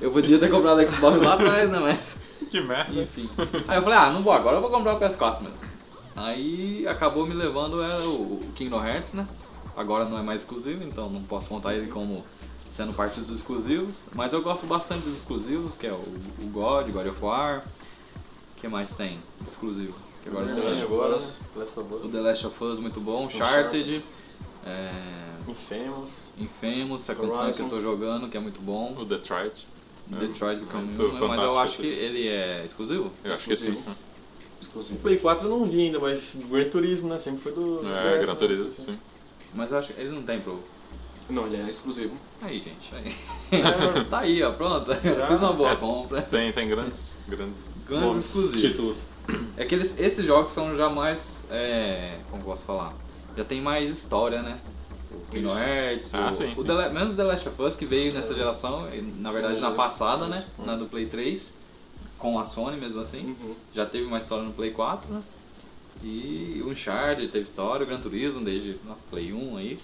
e eu podia ter comprado Xbox lá atrás, né? Mas...
que merda.
Enfim. Aí eu falei, ah, não vou agora, eu vou comprar o PS4 mesmo. Aí acabou me levando era o o Kingdom Hearts, né? Agora não é mais exclusivo, então não posso contar ele como sendo parte dos exclusivos. Mas eu gosto bastante dos exclusivos, que é o, o God, God of War. O que mais tem? Exclusivo. Que agora
The
tem.
Last of
agora,
Us.
Last of
O
Us,
The Last of Us muito bom, Uncharted.
Uncharted.
É,
Infamous.
Infamous, Second Son que
Horizon. É.
eu tô jogando, que é muito bom.
O Detroit.
Detroit Become
muito
Human, mas eu
fantástico
acho que
esse
ele é exclusivo.
Eu acho que sim.
Exclusivo.
O
Exclusivo.
Play 4 eu não vi ainda, mas Gran Turismo, né? Sempre foi do.
É,
CS,
Gran
né?
Turismo, sim.
Mas eu acho que ele não tem pro
Não, ele é exclusivo.
Aí, gente, aí. tá aí, ó, pronto. Fiz uma boa compra.
Tem, tem grandes, grandes,
Grandes
bons
exclusivos.
títulos.
É que eles, esses jogos são já mais. É, como posso falar? Já tem mais história, né? O Kingdom
Isso.
Hearts,
Ah,
o,
sim,
o
sim.
The La- menos The Last of Us que veio nessa geração, e, na verdade na passada, né?
Isso.
Na do Play 3, com a Sony mesmo assim.
Uhum.
Já teve uma história no Play 4, né? E o Uncharted teve história, o Gran Turismo desde nosso Play 1 aí.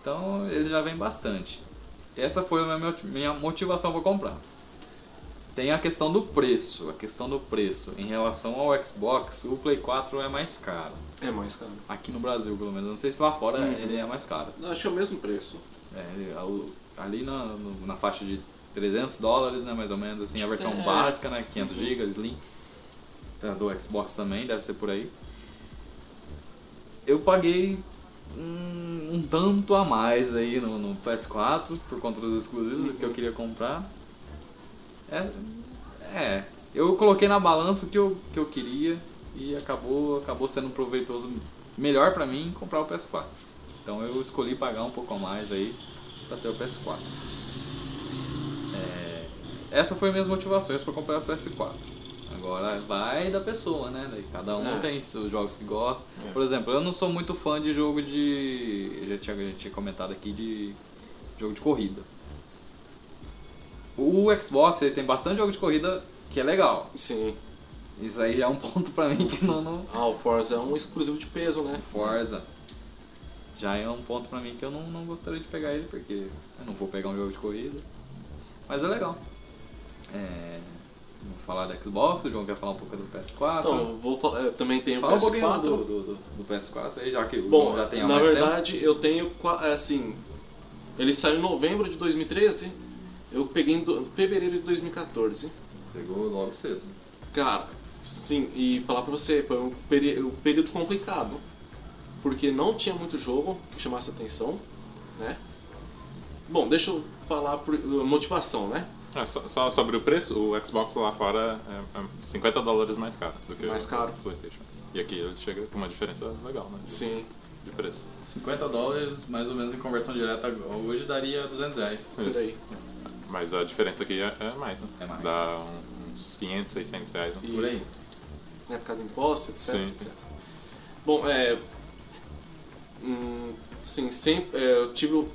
Então ele já vem bastante. Essa foi a minha- minha motivação para comprar. Tem a questão do preço, a questão do preço. Em relação ao Xbox, o Play 4 é mais caro.
É mais caro.
Aqui no Brasil, pelo menos. Não sei se lá fora
Uhum.
ele é mais caro.
Não, acho que é o mesmo preço.
É, ele- o- ali na, no- na faixa de 300 dólares, né, mais ou menos, assim, a versão
É.
básica, né, 500 GB, Slim, Tá, do Xbox também, deve ser por aí. Eu paguei um, um tanto a mais aí no, no PS4, por conta dos exclusivos, que eu queria comprar. É, é, eu coloquei na balança o que eu, que eu queria e acabou, acabou sendo um proveitoso melhor pra mim comprar o PS4. Então eu escolhi pagar um pouco a mais aí pra ter o PS4. É, essa foi minhas motivações pra comprar o PS4. Agora vai da pessoa, né? Daí Cada um
É.
tem seus jogos que gosta. Por exemplo, eu não sou muito fã de jogo de. Eu já tinha, já tinha comentado aqui de jogo de corrida. O Xbox ele tem bastante jogo de corrida que é legal.
Sim.
Isso aí já é um ponto pra mim que não, não
Ah, o Forza é um exclusivo de peso, né?
Forza. Já é um ponto pra mim que eu não, não gostaria de pegar ele, porque eu não vou pegar um jogo de corrida. Mas é legal. É, Vamos falar do Xbox, o João quer falar um pouco do PS4.
Então, eu vou falar- eu também tenho
Fala um pouquinho
PS4.
do, do, do- do PS4 aí, já que o
Bom,
João já tem há
na
mais
verdade, eu tenho, qua- assim, ele saiu em novembro de 2013, eu peguei em do- fevereiro de 2014.
tempo. Pegou logo cedo.
Cara, sim, e falar pra você, foi um, peri- um período complicado. Porque não tinha muito jogo que chamasse atenção, né? Bom, deixa eu falar por, motivação, né?
É, só, só sobre o preço, o Xbox lá fora é, é 50 dólares mais caro do que
Mais
o
caro.
PlayStation. E aqui ele chega com uma diferença legal, né? de-
Sim.
De preço.
50 dólares, mais ou menos em conversão direta, hoje daria 200 reais.
Por
Isso.
aí.
Mas a diferença aqui é, é mais, né?
É mais.
Dá um- uns 500, 600 reais. Né?
Por
Isso.
aí.
Na época do imposto, etc,
Sim,
etc.
sim.
Bom, é. Hum, sim, sempre, é, eu tive o-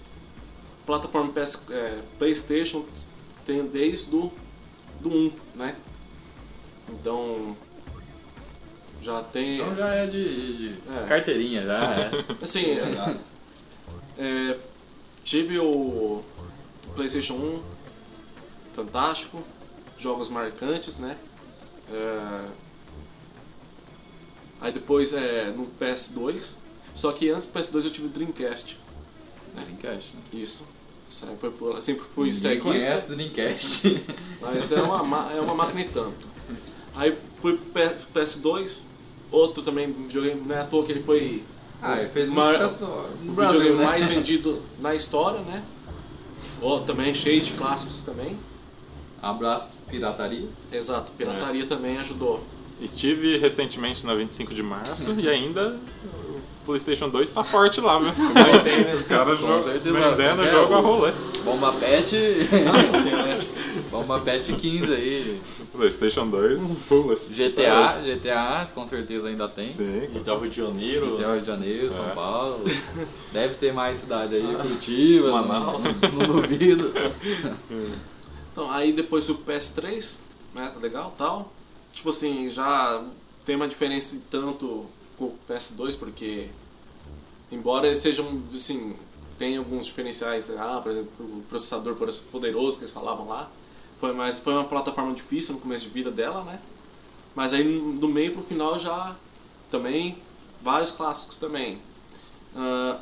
plataforma PS, é, PlayStation tem desde o do 1, né? Então. Já tem.
Então já é de, de- de
É.
carteirinha, já é.
Assim, é, é, tive o PlayStation 1, fantástico, jogos marcantes, né? É, aí depois é, no PS2, só que antes do PS2 eu tive Dreamcast,
Dreamcast, né?
isso. Isso aí Foi por, sempre fui
Ninguém
ceguista.
conhece Dreamcast.
Mas é uma, ma- é uma máquina e tanto. Aí fui pro PS2, outro também videogame, não é à toa que ele foi
ah, ele fez
Mas-
muito sucesso no
o
Brasil,
videogame
né?
mais vendido na história, né? Ó, também cheio de clássicos também.
Abraço, pirataria.
Exato, pirataria também ajudou.
Estive recentemente na 25 de março e ainda o PlayStation 2 tá forte lá, viu? Como tem, né? Os caras
Com
jogam,
certeza.
vendendo
É,
jogo a
o-
rolê.
Bomba Pet.
Nossa senhora.
Bomba Pet 15 aí.
PlayStation 2, pula.
Tá
GTA, GTA, com certeza ainda tem.
Sim,
Então, Rio de Janeiro.
Tem o Rio de Janeiro, São
É.
Paulo. Deve ter mais cidade aí,
Ah.
Curitiba,
Manaus.
Não, não duvido.
Então, aí depois o PS3, né? Tá legal tal. Tipo assim, já tem uma diferença tanto com o PS2, porque embora ele seja um, assim, tem alguns diferenciais, ah, por exemplo, o processador poderoso que eles falavam lá, foi mais foi uma plataforma difícil no começo de vida dela, né? Mas aí do meio pro final já também vários clássicos também. Ah,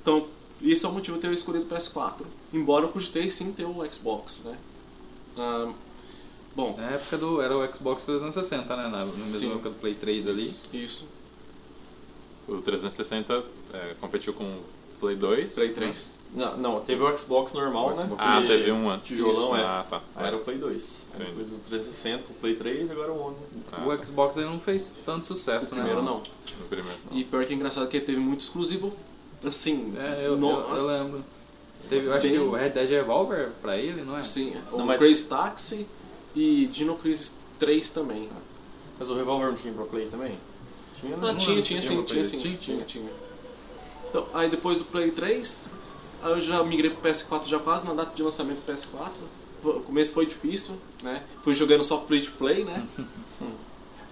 então, isso é o motivo de eu ter escolhido o PS4. Embora eu custei sim ter o Xbox, né? Ah, bom,
Na época do. Era o Xbox 360, né? Na na mesma
Sim.
época do Play 3 ali.
é isso.
o 360 é, competiu com o Play 2.
Play 3.
Não, não, teve o Xbox normal,
O
né?
Xbox.
Ah,
Que-
teve um antes.
Tijolão, é.
Ah, tá.
Aí era o Play 2. Aí
Entendi.
depois o 360, com o Play 3, agora o One.
Ah,
O Xbox ele não fez tanto sucesso, né?
Primeiro não.
no primeiro.
E pior que é engraçado que ele teve muito exclusivo, assim,
É, eu,
no-
eu- eu lembro. Teve, eu acho
Bem-
que o Red Dead Revolver pra ele, não é?
assim, o
Não, mas-
Crazy Taxi e Dino Crisis 3 também.
Ah,
Mas o Revolver não tinha pra Play também? Tinha, né?
Ah, tinha, tinha sim,
uma
tinha
coisa
sim,
assim?
tinha, tinha, Então, aí depois do Play 3, aí eu já migrei pro PS4 já quase na data de lançamento do PS4. Foi- O começo foi difícil, né? Fui jogando só free to play, né?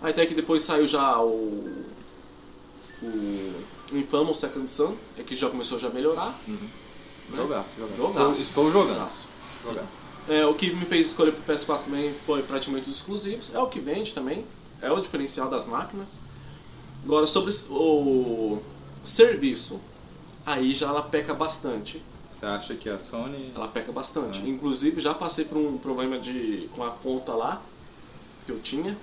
aí até que depois saiu já o. O Infamous Second Son, é que já começou já a melhorar.
Jogaço, jogaço.
Jogaço.
Estou, estou jogando.
Jogaço.
Jogaço.
É, o que me fez escolher pro PS4 também foi praticamente os exclusivos. É o que vende também. É o diferencial das máquinas. Agora, sobre o serviço. Aí já ela peca bastante.
Você acha que a Sony.
Ela peca bastante.
Ah.
Inclusive, já passei por um problema de com a conta lá que eu tinha.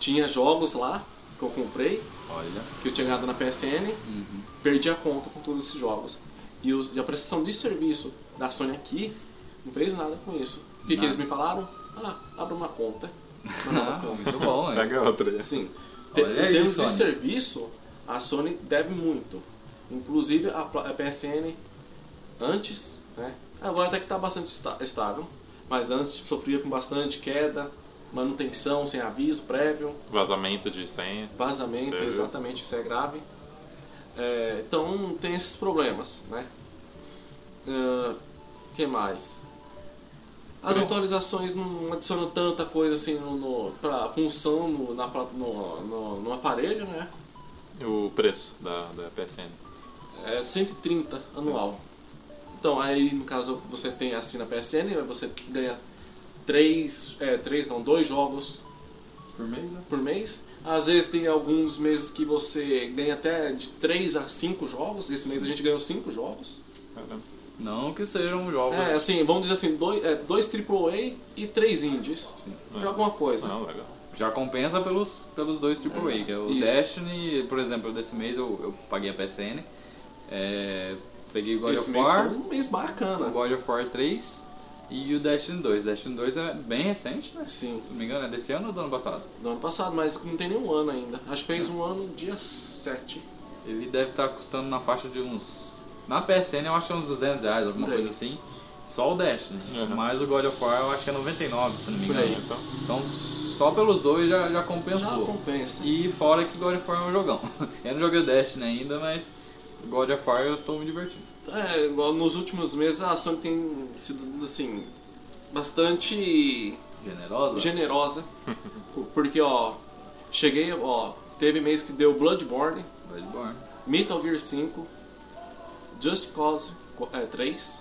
Tinha jogos lá que eu comprei,
Olha.
que eu tinha ganhado na PSN.
Uhum.
Perdi a conta com todos esses jogos. E, os- e a prestação de serviço da Sony aqui não fez nada com isso. O que, que
Nada.
eles me falaram? Ah, abra uma conta. Mas nada
Ah,
contra.
muito bom, né?
Pega outra.
Então, Assim, te-
Olha
em
aí,
termos de
Sony.
serviço, a Sony deve muito. Inclusive a, pla- a PSN antes, né? Agora até que está bastante esta- estável, mas antes sofria com bastante queda, manutenção sem aviso prévio,
Vazamento de senha.
vazamento,
Entendi.
exatamente, isso é grave. É, então tem esses problemas, né? O que mais? As
Bom.
atualizações não adicionam tanta coisa assim no, no, pra função no, na pla- no, no- no aparelho, né?
O preço da, da PSN.
é 130 anual. Então aí, no caso, você tem assina a PSN, aí você ganha três, é, três não, dois jogos
Por mês, né?
por mês. Às vezes tem alguns meses que você ganha até de 3 a 5 jogos. Esse mês a gente ganhou 5 jogos.
Caramba.
Não que sejam jogos.
É, assim, vamos dizer assim, dois, é, dois AAA e três indies.
Sim.
De alguma coisa.
Não, legal.
Já compensa pelos, pelos dois AAA, que é o
Isso.
Destiny, por exemplo, desse mês eu, eu paguei a PSN, é, peguei God
Esse
of
mês
War,
foi um mês bacana.
God of War 3 e o Destiny 2. Destiny 2 é bem recente, né?
Sim,
Se não me engano, é desse ano ou do ano passado?
do ano passado, mas não tem nem um ano ainda. Acho que fez um ano dia 7.
Ele deve estar custando na faixa de uns. Na PSN eu acho que é uns 200 reais, alguma
Por aí.
coisa assim. Só o Destiny.
Uhum.
Mas o God of War eu acho que é 99, se não me
Por
engano.
aí.
Então,
Então só pelos dois já, já
Já assim.
compensou.
compensa.
E fora que God of War é um jogão. Eu não joguei o Destiny ainda, mas God of War eu estou me divertindo.
É, igual nos últimos meses a Sony tem sido, assim, bastante
Generosa?
generosa. Porque, ó, cheguei, ó, teve mês que deu Bloodborne,
Bloodborne.
Metal Gear 5, Just Cause qu- é, 3,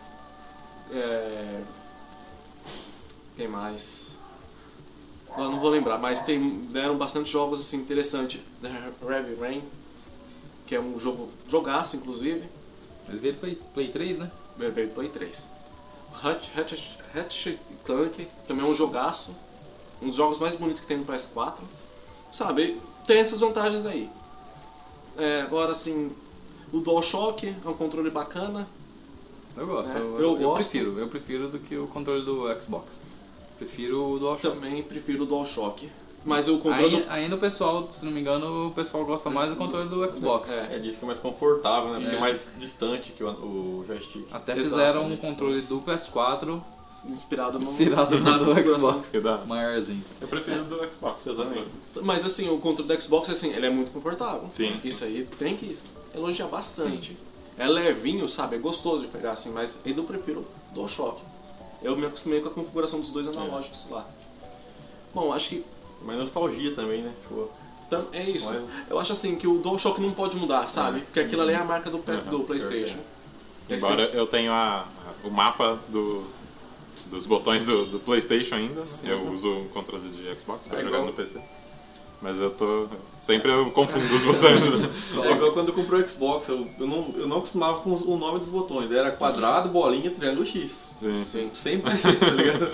é... quem mais? Eu não vou lembrar, mas tem, deram bastante jogos assim, interessantes. né? Heavy Rain, que é um jogo jogaço, inclusive,
Ele veio Play, Play 3, né?
veio do Play 3. Hatch- Hatch- Hatchet Clank, também é um jogaço, um dos jogos mais bonitos que tem no PS4. Sabe, tem essas vantagens aí. É, agora, assim, o DualShock é um controle bacana,
Eu gosto.
É,
eu,
eu gosto.
prefiro. Eu prefiro do que o controle do Xbox. Prefiro o DualShock.
Também prefiro o DualShock. Mas Então, o controle
Ainda, ainda o pessoal, se não me engano, o pessoal gosta mais do controle do Xbox.
É.
É, diz que é mais confortável, né? Porque é
Isso.
mais distante que o, o joystick.
Ah,
Até
é. Exatamente.
fizeram um controle do PS4
do- inspirado no
inspirado no
na
do
configuração.
Xbox.
que dá.
Maiorzinho.
Eu prefiro do Xbox.
Eu também.
Mas assim, o controle do Xbox, assim, ele é muito confortável.
Sim.
Isso aí tem que elogiar bastante. É levinho, sabe? É gostoso de pegar, assim, mas ainda eu prefiro o DualShock. Eu me acostumei com a configuração dos
É.
dois analógicos lá. Bom, acho que
Mas nostalgia também, né? Tipo,
tam- é isso.
Olha.
Eu acho assim que o DualShock não pode mudar, sabe?
Uhum.
Porque aquilo ali é a marca do, pe- do PlayStation.
Embora eu tenha a- a- o mapa do- dos botões do, do PlayStation ainda, eu uso um controle de Xbox pra
É
jogar
igual.
no PC. Mas eu tô. Sempre eu confundo os botões. né?
é igual quando eu comprei o Xbox, eu, eu não, eu não acostumava com os- o nome dos botões. Era quadrado, bolinha, triângulo X.
Sim.
Sim.
Sempre assim, tá ligado?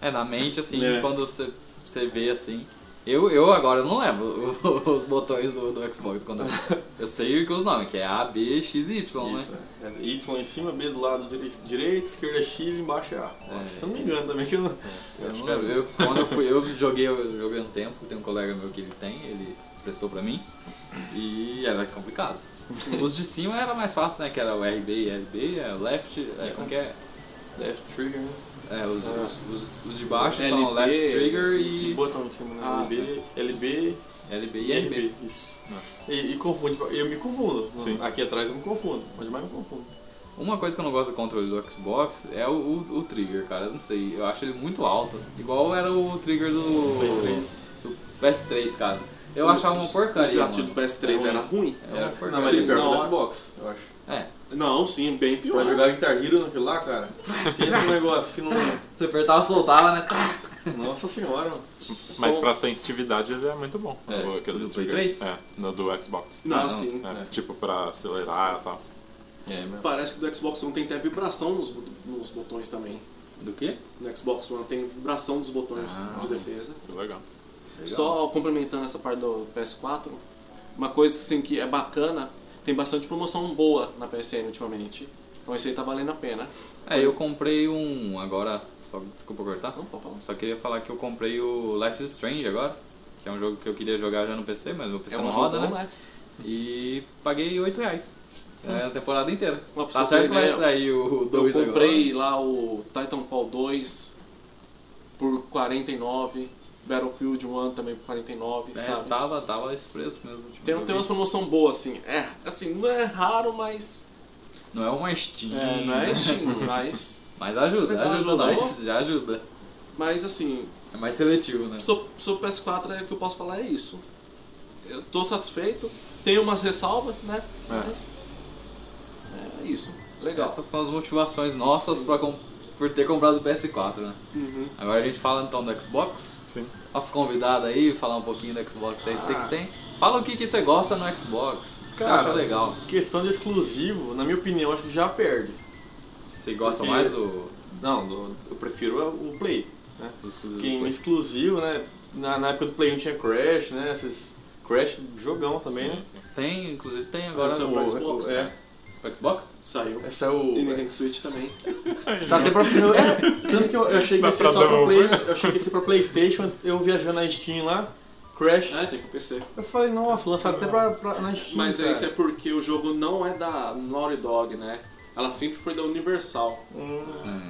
É, na mente, assim,
É.
quando você, você vê assim. Eu, eu agora não lembro o- os botões do, do Xbox. Quando eu, eu sei que os nomes, que é A, B, X, Y,
Isso,
né?
é. É Y em cima, B do lado dire- direito, esquerda é X, embaixo é A.
É.
Se eu não me engano também, que é eu não...
Eu não lembro. Eu- quando eu fui, eu joguei, eu joguei um tempo, tem um colega meu que ele tem, ele prestou pra mim. E era complicado. Os de cima era mais fácil, né? Que era o RB e LB, é left, é, como que é?
Left trigger, né?
É, os, os, os, os de baixo são
LB,
left trigger
E
e
botão em cima, né?
Ah,
LB, LB
LB e RB.
Isso. E, e confunde, tipo, eu me confundo.
Sim.
Aqui atrás eu me confundo, onde mais eu me confundo.
Uma coisa que eu não gosto do controle do Xbox é o, o, o trigger, cara. Eu não sei, eu acho ele muito alto. Igual era o trigger do,
Play 3.
do PS3, cara. Eu achava uma
O
porcaria.
gatilho do
Mano.
É
PS3 era ruim.
Era uma
Era-
porcaria.
Não, mas
Sim,
ele pior que
não.
o Xbox, eu acho.
É,
Não, sim, bem pior.
Pra jogar Guitar Hero naquilo lá, cara, pensa um negócio que não...
você apertava, soltava, né?
Nossa senhora, mano.
Mas
Som-
pra sensitividade ele é muito bom.
É,
o- aquele
do
trigger.
Play três?
É, no do Xbox.
Não,
Ah, não.
sim.
É, Tipo pra acelerar e tal.
É, meu.
Parece que do Xbox One tem até vibração nos, bo- nos botões também.
Do quê?
No Xbox One tem vibração dos botões
Ah,
de defesa.
Foi legal.
Só complementando essa parte do PS4, uma coisa assim, que é bacana, tem bastante promoção boa na PSN ultimamente. Então isso aí tá valendo a pena.
É, eu comprei um agora. Só, desculpa cortar.
Não, pode falar.
Só queria falar que eu comprei o Life is Strange agora, que é um jogo que eu queria jogar já no PC, mas meu
é um
PC não roda,
jogão,
né? E paguei 8 reais. É, a temporada inteira.
Mas pra
Tá
você
certo
ter
que vai
ideia,
sair o 2
Eu
agora.
comprei lá o Titanfall 2 por 49, Battlefield 1 também por 49,
É,
sabe?
tava, tava esse preço mesmo. tipo,
Tem, um-
eu
tem
vi.
umas promoção boa assim. É, assim, não é raro, mas.
Não é uma Steam.
É, não é Steam, É mas.
Mas ajuda,
Mas
ajuda
ajudou?
nós, já ajuda.
Mas assim,
É mais seletivo, né?
sobre sobre o PS4 é, o que eu posso falar é
É.
isso. Eu tô satisfeito, tenho umas ressalvas, né? Mas É isso. Legal.
Essas são as motivações nossas
Sim.
pra com- por ter comprado o PS4, né?
Uhum.
Agora a gente fala então do Xbox.
Sim.
Nosso convidado aí, falar um pouquinho do Xbox aí,
Ah.
você que tem. Fala o que, que você gosta no Xbox, o que você
Cara,
acha legal.
Questão de exclusivo, na minha opinião, acho que já perde.
Você gosta
porque-
mais do,
Não, do- eu prefiro é o Play. Né?
dos exclusivos?
Porque em
do
exclusivo, né? Na, na época do Play 1 tinha Crash, né? Esses Crash jogão também, né?
Sim, sim.
Play? Tem, inclusive tem agora
Esse é
no
o
o-
Xbox,
o-
né?
é.
pro Xbox.
Saiu.
Essa é
E
o.
Nintendo Switch também.
Tá até pra. eu- é, tanto que eu, eu achei que
Dá
ia ser
pra
só
dar um
pra
uma
Play. Eu achei que ia ser pra Playstation, eu viajando na Steam lá, Crash.
É, tem que PC.
Eu falei, nossa, lançaram até pra, pra- na Steam.
Mas é
cara.
isso é porque o jogo não é da Naughty Dog, né? Ela sempre foi da Universal.
Hum,
Hum.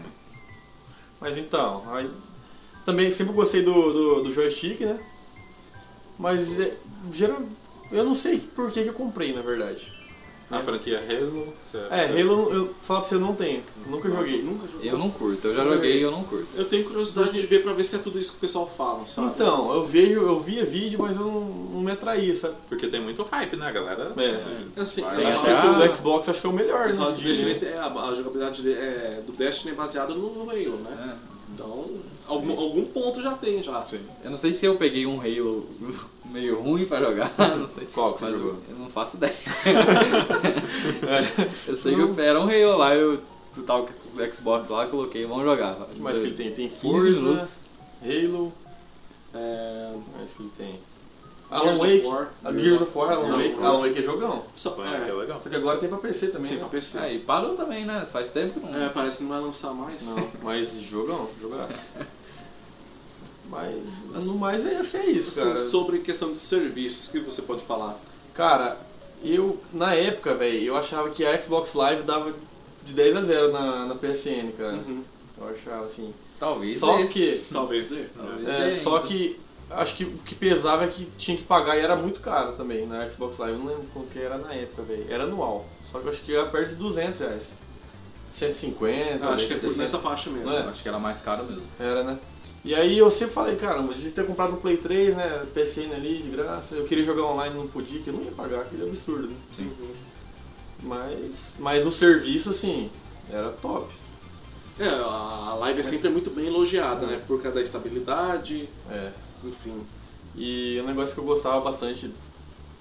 mas então, aí- também sempre gostei do, do, do joystick, né? Mas é, geral, eu não sei por que, que eu comprei, na verdade.
A franquia Halo. você-
É,
você-
Halo, eu falar pra você, eu não tenho. Nunca joguei.
Nunca joguei.
Eu não curto, eu já joguei e eu não curto.
Eu tenho curiosidade de ver pra ver se é tudo isso que o pessoal fala, sabe?
Então, eu vejo, eu via vídeo, mas eu não, não me atraía, sabe?
Porque tem muito hype, né, galera?
É.
Assim,
Vai
eles
lá.
falam que
Ah.
o
O do Xbox eu acho que é o melhor,
o
né?
pessoal diz que
Sim.
Destiny tem- a, a jogabilidade de- é, do Destiny é baseada no Halo, né?
É.
Então, algum, algum ponto já tem já.
Sim.
Eu não sei se eu peguei um Halo meio ruim pra jogar, não sei.
Qual que você
mas
jogou?
Eu, eu não faço ideia.
É.
eu sei que eu era um Halo lá, eu tava com o Xbox lá, coloquei, vamos jogar.
O que mais que ele tem? Tem
15
Forza,
minutos.
Halo,
É,
o que mais que ele tem? Alan
Gears of
Wake.
War.
A Gears of War, Alan
Gears of
Wake.
War.
Alan Wake é jogão.
Só,
Foi, que é
é,
legal.
Só que agora tem pra PC também,
tem
né?
pra PC.
Aí parou também, né? Faz tempo que não.
É, parece que não vai lançar mais.
Não, mas jogão, jogaço. Mas, no mais, aí acho que é isso,
Assim,
cara.
sobre questão de serviços, o que você pode falar?
Cara, eu, na época, velho, eu achava que a Xbox Live dava de 10 a 0 na, na PSN, cara.
Uhum.
Eu achava assim.
Talvez.
Só
dê.
que,
Talvez dê.
Talvez
é,
dê
só
ainda.
que, acho que o que pesava é que tinha que pagar e era muito caro também na Xbox Live. Eu não lembro quanto que era na época, velho. Era anual. Só que eu acho que era perto de 200 reais. 150,
Eu acho que é por
160.
nessa faixa mesmo.
Não é?
Eu Acho que era mais caro mesmo.
Era, né? E aí eu sempre falei, caramba, de ter comprado no Play 3, né? PCN ali de graça, eu queria jogar online não podia, que eu não ia pagar, aquele absurdo, né?
Uhum.
Mas, mas o serviço, assim, era top.
É, a live é sempre muito bem elogiada, né? Por causa da estabilidade,
É.
enfim.
E um negócio que eu gostava bastante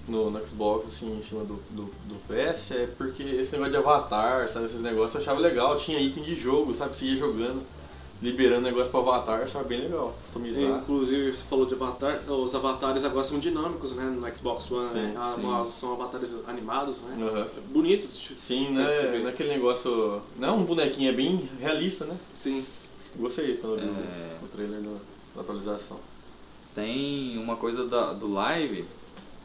no, no Xbox, assim, em cima do, do, do PS, é porque esse negócio de avatar, sabe? Esses negócios eu achava legal, tinha item de jogo, sabe? Você ia jogando, liberando negócio pro avatar, eu achava bem legal, customizar.
Inclusive, você falou de avatar, os avatares agora são dinâmicos, né? No Xbox One,
Sim,
né? Ah,
sim.
mas São avatares animados, né?
Aham.
Bonitos, tipo,
Sim,
Tem
né?
que se ver.
Não é aquele negócio. Não é um bonequinho, é bem realista, né?
sim.
Gostei quando eu vi o-
É,
o trailer do- da atualização.
tem uma coisa da- do live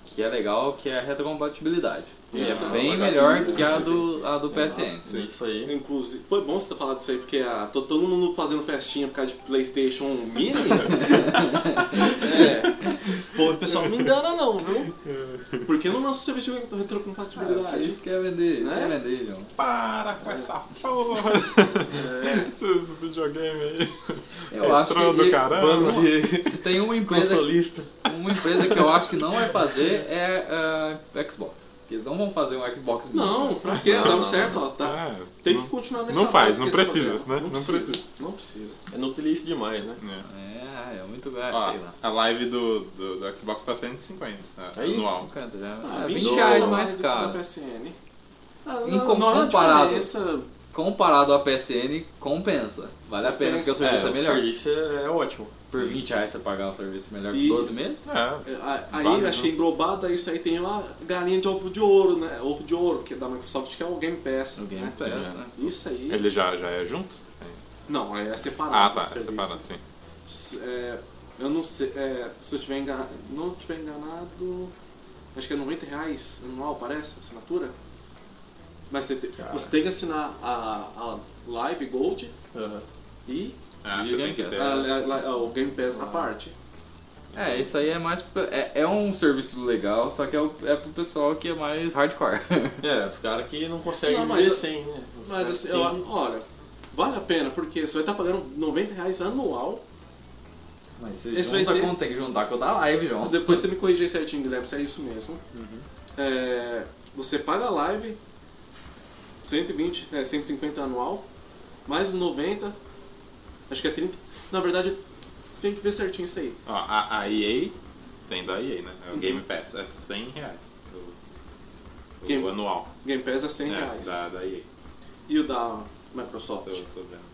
que é legal, que é a retrocompatibilidade. Que
Isso.
é bem
Ah,
melhor
legal.
que a do, a do PSN.
Sim. Ah, Isso aí.
Inclusive, foi bom você ter falado isso aí, porque ah, tô todo mundo fazendo festinha por causa de PlayStation Mini. é. Pô, o pessoal não engana, não, viu?
É.
Por que não lança o serviço de
Ah,
retrocompatibilidade?
isso que é vender, isso
Né?
que é vender, João.
Para com essa porra! Esses videogames aí.
Eu acho
Trono do
que
caramba. É,
se tem uma empresa
Consolista.
Uma empresa que eu acho que não vai fazer é ah, Xbox. Porque eles não vão fazer um Xbox Mini.
Não, pra quê?
Não,
Dava
não,
certo, ó. Tá.
Ah,
Tem
não-
que continuar nessa
não faz,
base
não
que eles
precisa,
estão
né?
vendo.
Não precisa.
Não precisa.
É nutrilice demais, né?
é.
É, é muito gato,
Ah.
Ó,
sei lá. É
a live do, do, do Xbox tá 150 né,
Aí?
anual.
Quanto já?
Ah,
é
20
20
reais
reais
a
mais
do que na
caro.
PSN. Ah,
Em
não,
com-
não é uma
comparado.
diferença.
Comparado à PSN, compensa. Vale a pena, porque o serviço é,
o
melhor.
serviço é, é ótimo.
Por 20 reais você pagar um serviço melhor por
E-
12 meses?
É,
É, a- Aí
Vale,
achei
né?
englobada isso aí, tem lá galinha de ovo de ouro, né? Ovo de ouro, que é da Microsoft, que é o Game Pass.
No Game
né?
Pass, né?
Isso aí.
ele já, já é junto?
Ah,
Não, é separado.
Ah,
o
tá, é
serviço.
separado, sim.
S- é, eu não sei. é, se eu tiver enganado. Não tiver enganado. Acho que é 90 reais anual, parece, a assinatura. Mas você, te-
Cara.
você tem que assinar a, a Live Gold
Aham.
e
Ah,
E
você
o
tem
Game
que
Pass.
ter.
a- a- a- o Game Pass na
Ah.
parte.
É, isso aí é mais. pra- É, é um serviço legal, só que é, o, é pro pessoal que é mais hardcore.
É, os caras que não conseguem
Não, mas-
viver sem, né?
Mas
Os caras
assim,
que
eu-
tem-
olha, vale a pena, porque você vai estar pagando 90 reais anual.
Mas você
Esse
junta
vai ter-
com, tem que juntar com o da live, João.
Depois você me corrigir Uhum. certinho, Guilherme, se é isso mesmo. É, você paga a live, 120, é, 150 anual, mais os 90, acho que é 30. Na verdade, tem que ver certinho isso
Ah.
aí.
Ó, a, a EA tem da EA, né?
Uhum.
É o Game Pass, é 100 reais. O, o
Game-
anual.
Game Pass é 100
né,
reais.
Da, da EA.
E o da Microsoft?
Eu tô vendo.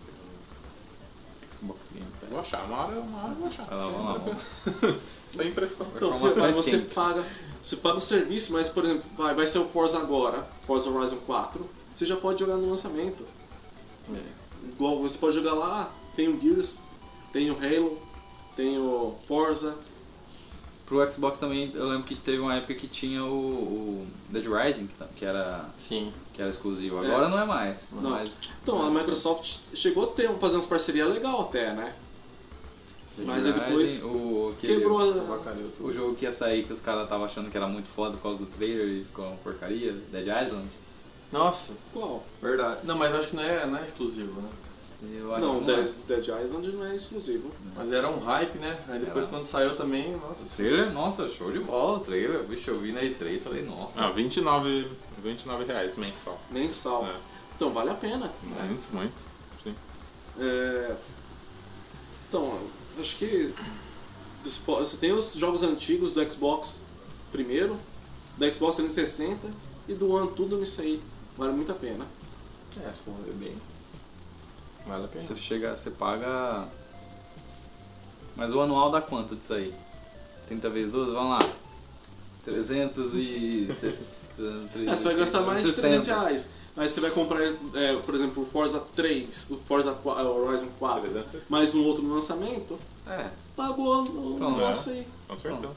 Xbox Game Pass.
Vou achar, uma hora, uma hora eu vou achar.
Vai lá, Então, vamos lá, vamos lá.
Sem impressão.
Então,
Informações
mas você
quentes.
paga, você paga o serviço, mas por exemplo, vai, vai ser o Forza agora, Forza Horizon 4, você já pode jogar no lançamento. É, Igual você pode jogar lá, tem o Gears, tem o Halo, tem o Forza.
Pro Xbox também, eu lembro que teve uma época que tinha o, o Dead Rising, que tá- que era,
Sim.
que era exclusivo.
É.
Agora não é mais.
Não.
Mas
Então, a Microsoft chegou a ter, fazer umas parcerias legal até, né?
Dead
Mas aí depois
Rising, o, aquele-
Quebrou a...
Avacalhou tudo.
O jogo que ia sair que os caras estavam achando que era muito foda por causa do trailer e ficou uma porcaria, Dead Island.
Nossa,
Qual?
verdade. Não, mas eu acho que não é, não é exclusivo, né?
Eu acho
Não,
que
Dead,
é.
Dead Island não é exclusivo.
Mas era um hype, né? Aí depois
Era.
quando saiu também, nossa.
O trailer, nossa, show de bola o trailer. Bicho, eu vi na E3 falei, nossa.
Ah, 29, 29 reais mensal.
Mensal.
É.
Então, vale a pena.
Muito, muito. Sim.
É, Então, eu acho que você po- você tem os jogos antigos do Xbox primeiro, do Xbox 360 e do One tudo nisso aí. Vale muito a pena.
É, se for ver bem. Vale a pena.
Você chega, você paga. Mas o anual dá quanto disso aí? 30 vezes 12? Vamos lá. 300 e.
É, você vai gastar mais de 300
300
reais. Aí você vai comprar, é, por exemplo, o Forza 3, o Forza Qua- é, o Horizon 4,
360.
mais um outro no lançamento,
É,
pagou o
Pronto.
negócio aí.
Com certeza.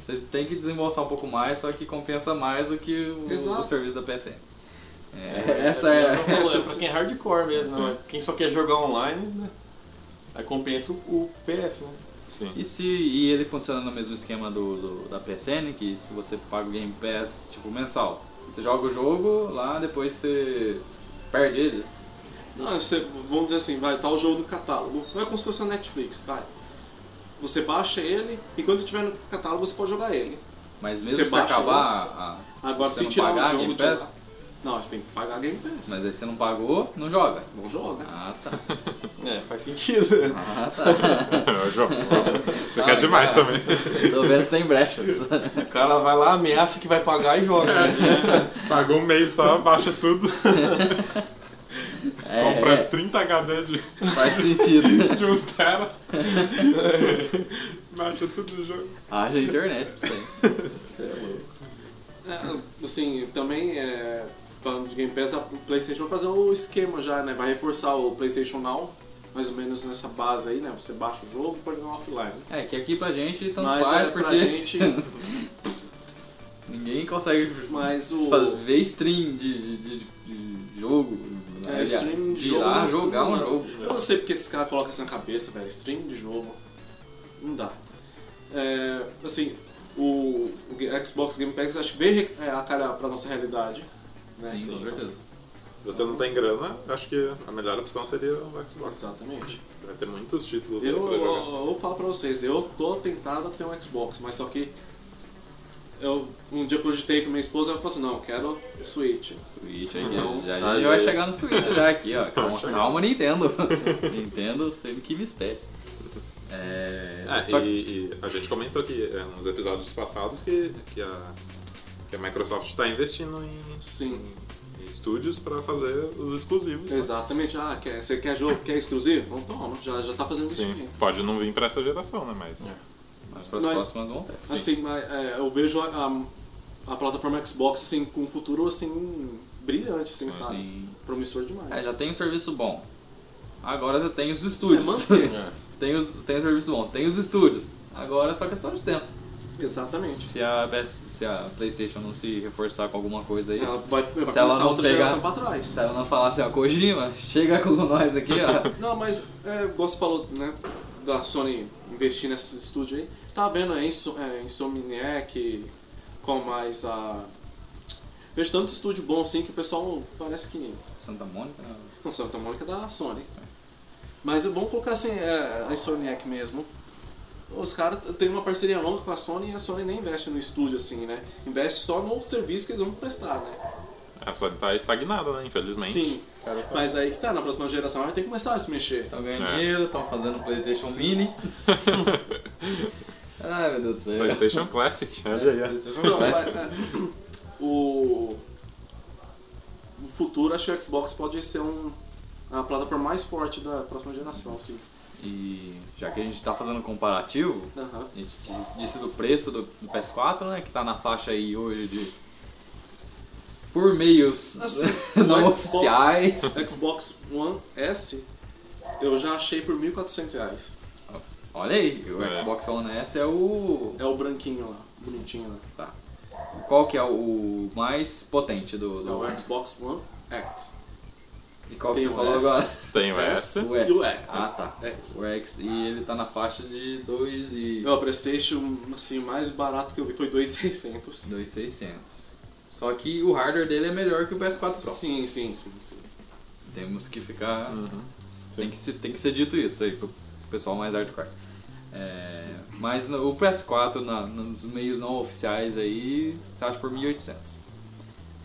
você tem que desembolsar um pouco mais, só que compensa mais do que o,
Exato.
o serviço da PSN. É, essa é.
Não, não, é pra quem é hardcore mesmo, né? Quem só quer jogar online, né? Aí compensa o, o PS, né?
Sim.
E se e ele funciona no mesmo esquema do, do- da PSN, que se você paga o Game Pass tipo mensal, você joga o jogo lá, depois você perde ele.
Não, você, vamos dizer assim, vai, tá o jogo no catálogo. Não é como se fosse a Netflix, vai. Você baixa ele, enquanto tiver no catálogo você pode jogar ele.
Mas
Você
mesmo se
baixa
acabar a, a-
Agora
você
se
não
tirar
pagar
o jogo
Game
de
Pass,
lá. Não, você tem que pagar Game Pass. né?
mas aí você não pagou, não joga.
Não joga.
Ah tá.
É, faz sentido.
Ah tá.
É o jogo. Você
Ah,
quer demais
cara.
também.
Tô vendo se tem brechas.
O cara vai lá, ameaça que vai pagar e joga. né?
Pagou um mês só, baixa tudo.
É,
compra
é,
30 HD de,
faz sentido.
de 1 tera. baixa tudo do jogo.
Haja internet pra isso aí.
Você é louco.
É, assim, também, é, falando de Game Pass, a PlayStation vai fazer o esquema já, né? Vai reforçar o PlayStation Now, mais ou menos nessa base aí, né? Você baixa o jogo e pode jogar offline.
É, que aqui pra gente tanto
Mas
faz,
é pra
porque
gente.
ninguém consegue
Mas o-
fa- ver stream de, de- de- de jogo.
É, stream de
ir lá
jogo, é
jogar um
não.
jogo.
Eu não sei porque esses caras colocam isso na cabeça, velho. Stream de jogo. Não dá. É, assim, o, o Ga- Xbox Game Pass acho bem re- é, a cara pra nossa realidade. Né?
Sim, com certeza.
Se você não tem grana, acho que a melhor opção seria o Xbox.
Exatamente.
Você vai ter muitos títulos aí
Eu,
pra jogar.
eu, eu falo pra vocês, eu tô tentado a ter um Xbox, mas só que eu, um dia que eu cogitei com minha esposa, ela falou assim, não, eu quero Switch.
Switch aí,
Então,
já, já,
Aí.
já vai
é.
chegar no Switch já aqui, ó. Calma, calma Nintendo. Nintendo sempre que me espere. É,
Ah,
É,
só que
e, e a gente comentou aqui é, nos episódios passados que, que, a, que a Msoft está investindo em,
Sim.
em estúdios para fazer os exclusivos. né?
Exatamente, ah, quer, você quer jogo, quer exclusivo? Então toma, já, já tá fazendo
Sim,
investimento.
pode não vir para essa geração, né? Mas
as pras
nós-
próximas vão ter.
Assim, mas, é, eu vejo a, a, a plataforma Xbox assim, com um futuro assim, brilhante, assim,
Sim.
sabe? Promissor demais.
É, já tem um serviço bom. Agora já tem os estúdios.
É, manter.
É.
tem, os, tem o serviço bom, tem os estúdios. Agora é só questão de tempo.
Exatamente.
Se a, PS se a PlayStation não se reforçar com alguma coisa aí.
Ela vai, vai
ela
começar
não
outra
pegar-
geração pra trás.
Se ela não falasse, ó, Kojima, chega com nós aqui, ó.
Não, mas é, igual você falou, né? Da Sony investir nesses estúdios aí. Tá vendo a Inso, é, Insomniac, com mais a. Vejo tanto estúdio bom assim que o pessoal parece que.
Santa Mônica? né?
Não, Santa Mônica é da Sony. Mas é bom colocar assim, é, a Insomniac mesmo. Os caras têm uma parceria longa com a Sony e a Sony nem investe no estúdio assim, né? Investe só no serviço que eles vão prestar, né?
É, só ele tá estagnado, né? Infelizmente.
Sim,
Os caras estão
mas aí que tá, na próxima geração vai ter que começar a se mexer.
ganhando
É.
dinheiro, estão fazendo PlayStation Mini. Ai meu Deus do céu.
PlayStation Classic,
É,
olha aí. ó.
PlayStation
Não, mas,
Classic.
é, o... No futuro, acho que o Xbox pode ser um, a plataforma mais forte da próxima geração, assim. sim.
E já que a gente tá fazendo comparativo,
Aham.
a gente dis- disse do preço do, do PS4, né? Que tá na faixa aí hoje de. Por meios
Assim,
não
o Xbox-
oficiais.
Xbox One S eu já achei por 1.400 reais.
Olha aí, o
É.
Xbox One S é o.
É o branquinho lá, bonitinho lá.
Tá. Qual que é o mais potente do.
É
do...
o Xbox One X.
E qual que
Tem
você
o
falou
S.
agora?
Tem o S.
O S.
E o X.
Ah, tá.
X.
O X e ele tá na faixa de 2 e.
Meu, o Playstation, assim, o mais barato que eu vi foi 2,600.
2,600. Só que o hardware dele é melhor que o PS4 Pro.
Sim, sim, sim, sim.
Temos que ficar.
Uhum.
Tem que, ser, tem que ser dito isso aí pro pessoal mais hardcore. É, mas no- o PS4 na- nos meios não oficiais aí você acha por 1.800.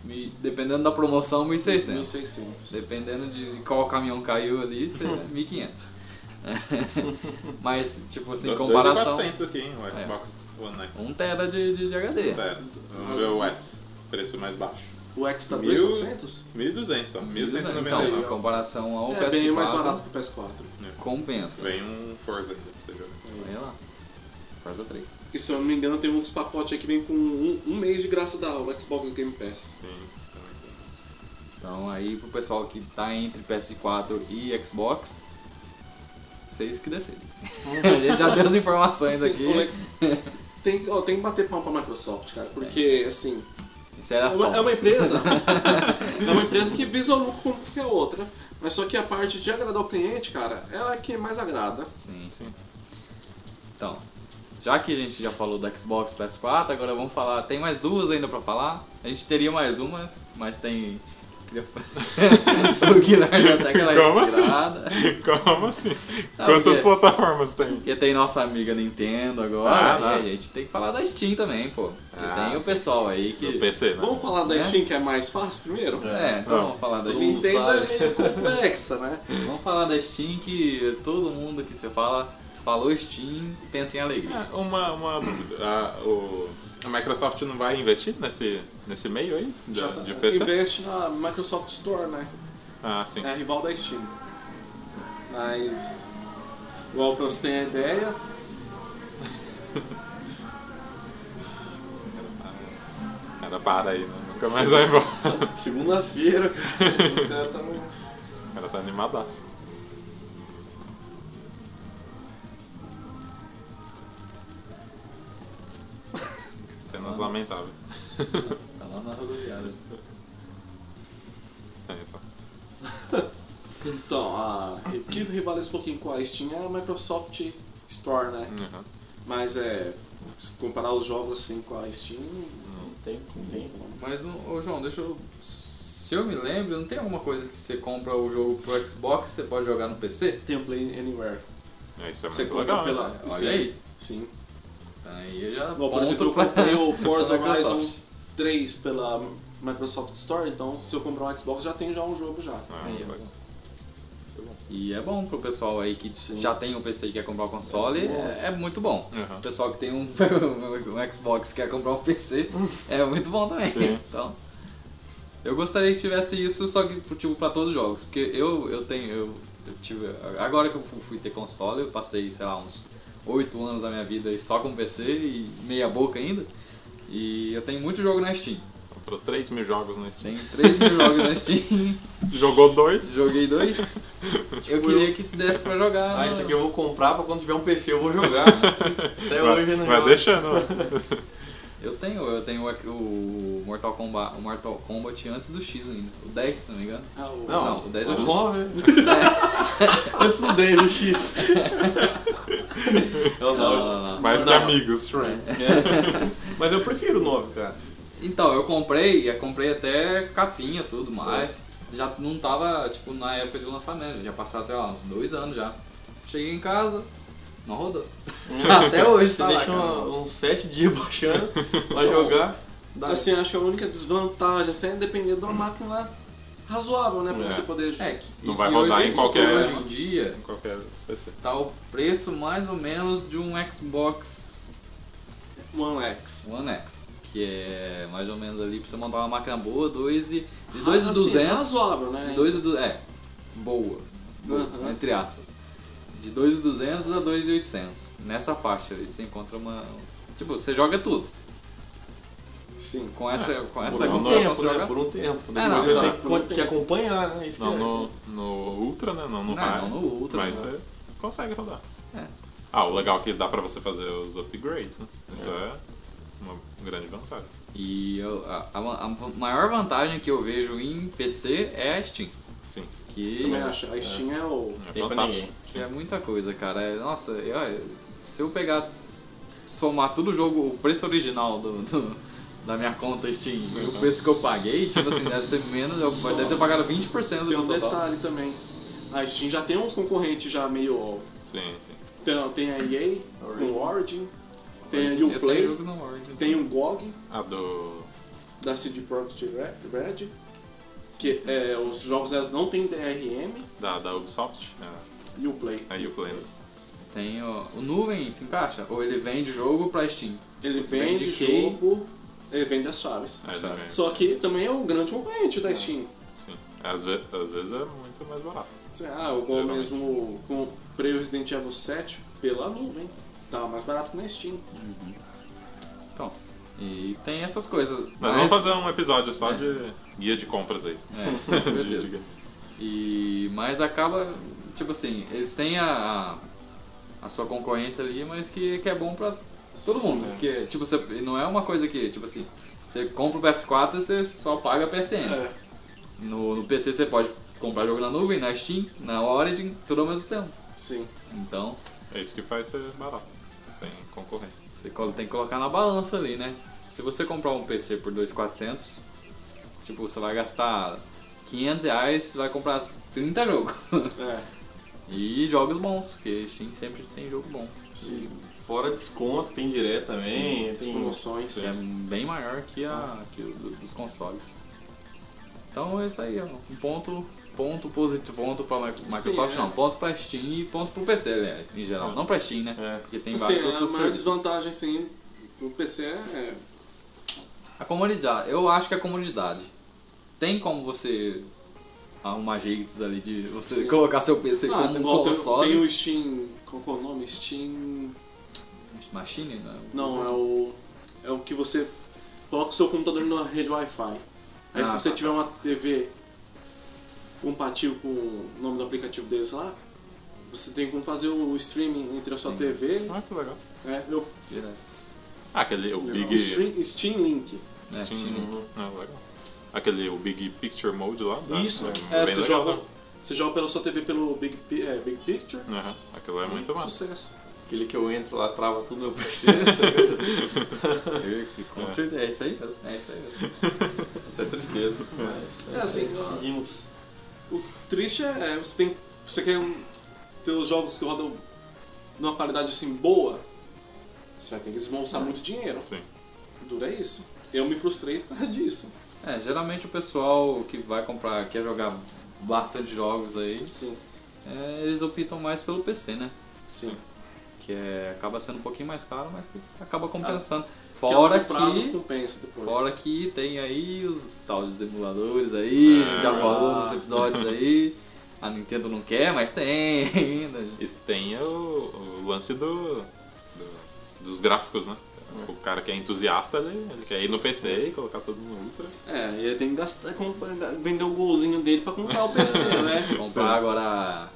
Mi- Dependendo da promoção, 1.600.
1.600.
Dependendo de qual caminhão caiu ali, você é 1.500. mas, tipo assim, em comparação.
400 aqui, hein? O
É.
Xbox One X.
1 tera de, de, de HD.
É,
Pera, Vamos ver o S. Preço mais baixo.
O X tá
Mil-
2,400?
1.200, ó.
Então,
1.199.
em comparação ao
É
PS4,
bem mais barato que o PS4.
compensa.
Vem um Forza ainda pra você jogar.
Vem lá. Forza 3.
E se eu não me engano, tem uns pacotes aí que vem com um, um mês de graça da o Xbox Game Pass.
Sim, também.
Então aí pro pessoal que tá entre PS4 e Xbox, vocês que decidem. a gente já deu as informações
Uhum. Sim,
aqui.
o X- tem, ó, tem que bater palma pra Microsoft, cara, porque, assim,
Insere as
É uma, é uma
palmas.
empresa. é uma empresa que visa o lucro como qualquer outra. Mas só que a parte de agradar o cliente, cara, ela é a que mais agrada.
Sim, sim. Então, já que a gente já falou do Xbox PS4, agora vamos falar. Tem mais duas ainda pra falar. A gente teria mais umas, mas tem. o Guilherme até que ela
Como
é
assim?
inspirada.
Como assim?
Não,
Ah,
Quantas
porque-
plataformas tem?
Porque tem nossa amiga Nintendo agora,
Ah, não.
e a gente tem que falar da Steam também, pô. Porque
Ah,
tem o
sim.
pessoal aí que.
No PC, né?
Vamos falar da
É.
Steam que é mais fácil primeiro?
É, então
Não.
vamos falar da
Todo
Steam.
mundo
Nintendo é
sabe.
meio complexa, né?
Vamos falar da Steam que todo mundo que você fala, falou Steam, pensa em alegria.
É, Uma, uma dúvida. A, o- a Microsoft não vai investir nesse, nesse meio aí? De,
Já tá-
de PC?
investe na Microsoft Store, né?
Ah, sim.
É a rival da Steam. Mas. Igual pra você ter a ideia,
Cara, para aí, né? Nunca mais vai embora.
Segunda-feira, cara. O cara tá no...
O cara tá animadaço. Cenas lamentáveis.
Tá lá na rodoviária.
É, então.
então, a, o que rivaliza um pouquinho com a Steam é a Microsoft Store, né?
Uhum.
Mas é. Se comparar os jogos assim com a Steam.
Não tem, não tem.
Mas, ô ô, João, deixa eu... Se eu me lembro, não tem alguma coisa que você compra o jogo pro Xbox e você pode jogar no PC?
Tem o Play Anywhere.
É, Isso é
Você
muito
compra
legal.
pela.
né?
Olha
Sim,
aí.
Sim.
Aí eu já Tá
Bom, por
ponto
exemplo, eu
pra-
comprei o Forza
pra Microsoft.
Horizon 3 pela Microsoft Store, então se eu comprar um Xbox já tem já um jogo já.
Ah,
Aí,
vai.
E é bom pro pessoal aí que
Sim.
já tem um PC e quer comprar um console, é, é muito bom.
Uhum.
O pessoal que tem um, um Xbox e quer comprar um PC, é muito bom também.
Sim.
Então, eu gostaria que tivesse isso, só que tipo, pra todos os jogos. Porque eu, eu tenho. Eu, eu tive, agora que eu fu- fui ter console, eu passei, sei lá, uns 8 anos da minha vida aí só com PC e meia boca ainda. E eu tenho muito jogo na Steam.
Comprou 3 mil jogos na Steam.
Tenho 3 mil jogos na Steam,
Jogou dois.
joguei dois. eu queria que desse pra jogar.
Tipo Ah, esse aqui eu vou comprar pra quando tiver um PC eu vou jogar. Até
vai,
hoje eu não
vai
jogo.
deixando. né?
Eu tenho, eu tenho o o Mortal Kombat, o Mortal Kombat antes do X ainda. O 10, se não me engano.
Ah, o-
Não,
Não, o 10 é
o
o
9. Antes do 10, o X. É
Não,
o 9.
não, não.
Mais que
Não.
amigos, friends.
Mas eu prefiro o 9, cara.
Então, eu comprei, eu comprei até capinha tudo mais. Já não tava, tipo, na época de lançamento, já tinha passado, sei lá, uns dois anos já. Cheguei em casa, não rodou. até hoje,
Você
tá lá,
deixa
cara.
um- uns 7 dias baixando, vai jogar. Dá.
Assim, acho que a única desvantagem assim, é depender de uma máquina razoável, né? Pra
É.
você poder
É, que,
Não
e
vai
que
rodar
hoje,
em qualquer-
Hoje em dia,
Em
é?
qualquer PC.
tá o preço mais ou menos de um Xbox
um One X.
One X. Que é mais ou menos ali pra você montar uma máquina boa, dois e. De
Ah,
2,200.
assim, razoável, né?
De 2 e du- É, boa. boa,
Aham.
Entre aspas. De 2,200 a 2,800. Nessa faixa aí você encontra uma. Tipo, você joga tudo.
Sim.
Com essa, com essa
por um
comparação,
tempo,
é você
né?
joga.
Por um tempo.
É,
Depois
não,
você
exato,
tem
por um
que- que,
tempo.
acompanhar, né? Isso que
Não
é.
no, no Ultra, né? Não no
Não,
High.
não no Ultra, né?
Mas
não.
você consegue rodar.
É.
Ah, o legal é que dá pra você fazer os upgrades, né? Isso é, uma grande vantagem.
E eu- a, a- a maior vantagem que eu vejo em PC é a Steam.
Sim.
Que
Também acho. A Steam é, o.
É
Tem pra
fantástico.
ninguém.
Sim.
é muita coisa, cara. É- Nossa, e olha, se eu pegar, somar todo o jogo, o preço original do, do- da minha conta Steam e o preço que eu paguei, tipo assim, deve ser menos, eu
Uhum. Só.
deve ter pagado 20% do
Tem
meu
um
total.
detalhe também. A Steam já tem uns concorrentes já meio.
Sim, sim.
Tem, tem a EA,
Origin.
no Origin, tem a
Eu tenho
Uplay,
jogo na ordem.
tem um- o GOG,
A do.
da CD Projekt Red, que é, os jogos delas não tem DRM,
Da, da Ubisoft, é, a-
e o Play.
a Uplay. né?
Tem o, o Nuvem se encaixa? Ou ele vende jogo pra Steam?
Ele
Você
vende
vende key.
jogo, ele vende as chaves.
É, também.
Só que também é um grande concorrente da Steam.
Sim. Às, ve- às vezes é muito mais barato.
Você, Ah, eu vou mesmo comprei o Resident Evil 7 pela nuvem. Tava mais barato que na Steam.
Então, e tem essas coisas.
Nós
Mas-
vamos fazer um episódio só
É.
de guia de compras aí.
um
É, com
De-
certeza.
de-
E mas acaba tipo assim, eles têm a, a, a sua concorrência ali, mas que, que é bom pra todo mundo, porque tipo você não é uma coisa que tipo assim você compra o PS4 e você só paga a PSN.
É,
No, no PC você pode comprar jogo na nuvem, na Steam, na Origin, tudo ao mesmo tempo.
sim.
Então
É isso que faz ser barato. Tem concorrência.
você colo- tem que colocar na balança ali, né? Se você comprar um PC por 2.400, tipo você vai gastar 500 reais, vai comprar 30 jogos.
É,
E jogos bons, porque Steam sempre tem jogo bom.
sim.
Fora desconto, tem direto também.
As
tem-
promoções.
Que é bem maior que, a, que o do- dos consoles. Então é isso aí, ó. Um ponto, ponto positivo, ponto pra Mi- Microsoft
Sim, é.
não, ponto pra Steam e ponto pro PC, aliás, em geral. Não pra Steam, né?
É.
Porque tem
Assim,
vários
a maior
outros serviços.
desvantagem, assim, do PC é
A comunidade, eu acho que a comunidade tem como você arrumar jeitos ali de você
Sim.
colocar seu PC
Ah,
como um
igual tem,
console.
tem o Steam. Qual que é o nome? Steam.
Machine, né?
Não, é o. É o que você coloca o seu computador na rede Wi-Fi. Aí
Ah,
se você
tá.
tiver uma TV compatível com o nome do aplicativo deles lá, você tem como fazer o streaming entre a sua
Sim.
TV.
Ah, que legal.
É, eu,
Direto.
Ah, aquele. O Big.
Stream, Steam Link.
É,
Sim,
Steam.
é legal. Aquele, o Big Picture Mode lá. dá-
Isso,
Tá, bem
é, você,
legal,
joga,
né?
você joga pela sua TV pelo Big, Pi- é, Big Picture.
Aham, Aquilo é muito massa.
Sucesso.
Aquele que eu entro lá, trava tudo meu PC.
É, Com certeza, é isso aí mesmo. É isso aí mesmo.
Até tristeza. Mas
É assim, ó.
seguimos.
O triste é, é, você tem. Você quer um- ter os jogos que rodam numa qualidade assim boa, você vai ter que desmontar muito dinheiro.
Sim.
Dura isso. Eu me frustrei por causa disso.
É, geralmente o pessoal que vai comprar, quer jogar bastante jogos aí,
Sim,
é, eles optam mais pelo PC, né?
sim.
Que é, acaba sendo um pouquinho mais caro, mas que acaba compensando.
Porque
Fora
o é um prazo
que,
compensa depois.
fora que tem aí os tal dos emuladores aí,
É.
já falou nos episódios aí. A Nintendo não quer, mas tem ainda.
E tem o, o lance do, do- dos gráficos, né? O cara que é entusiasta, ele, ele quer ir no PC e colocar tudo no Ultra.
É, e ele tem que gastar, comprar- vender o golzinho dele pra comprar o PC, né?
Comprar agora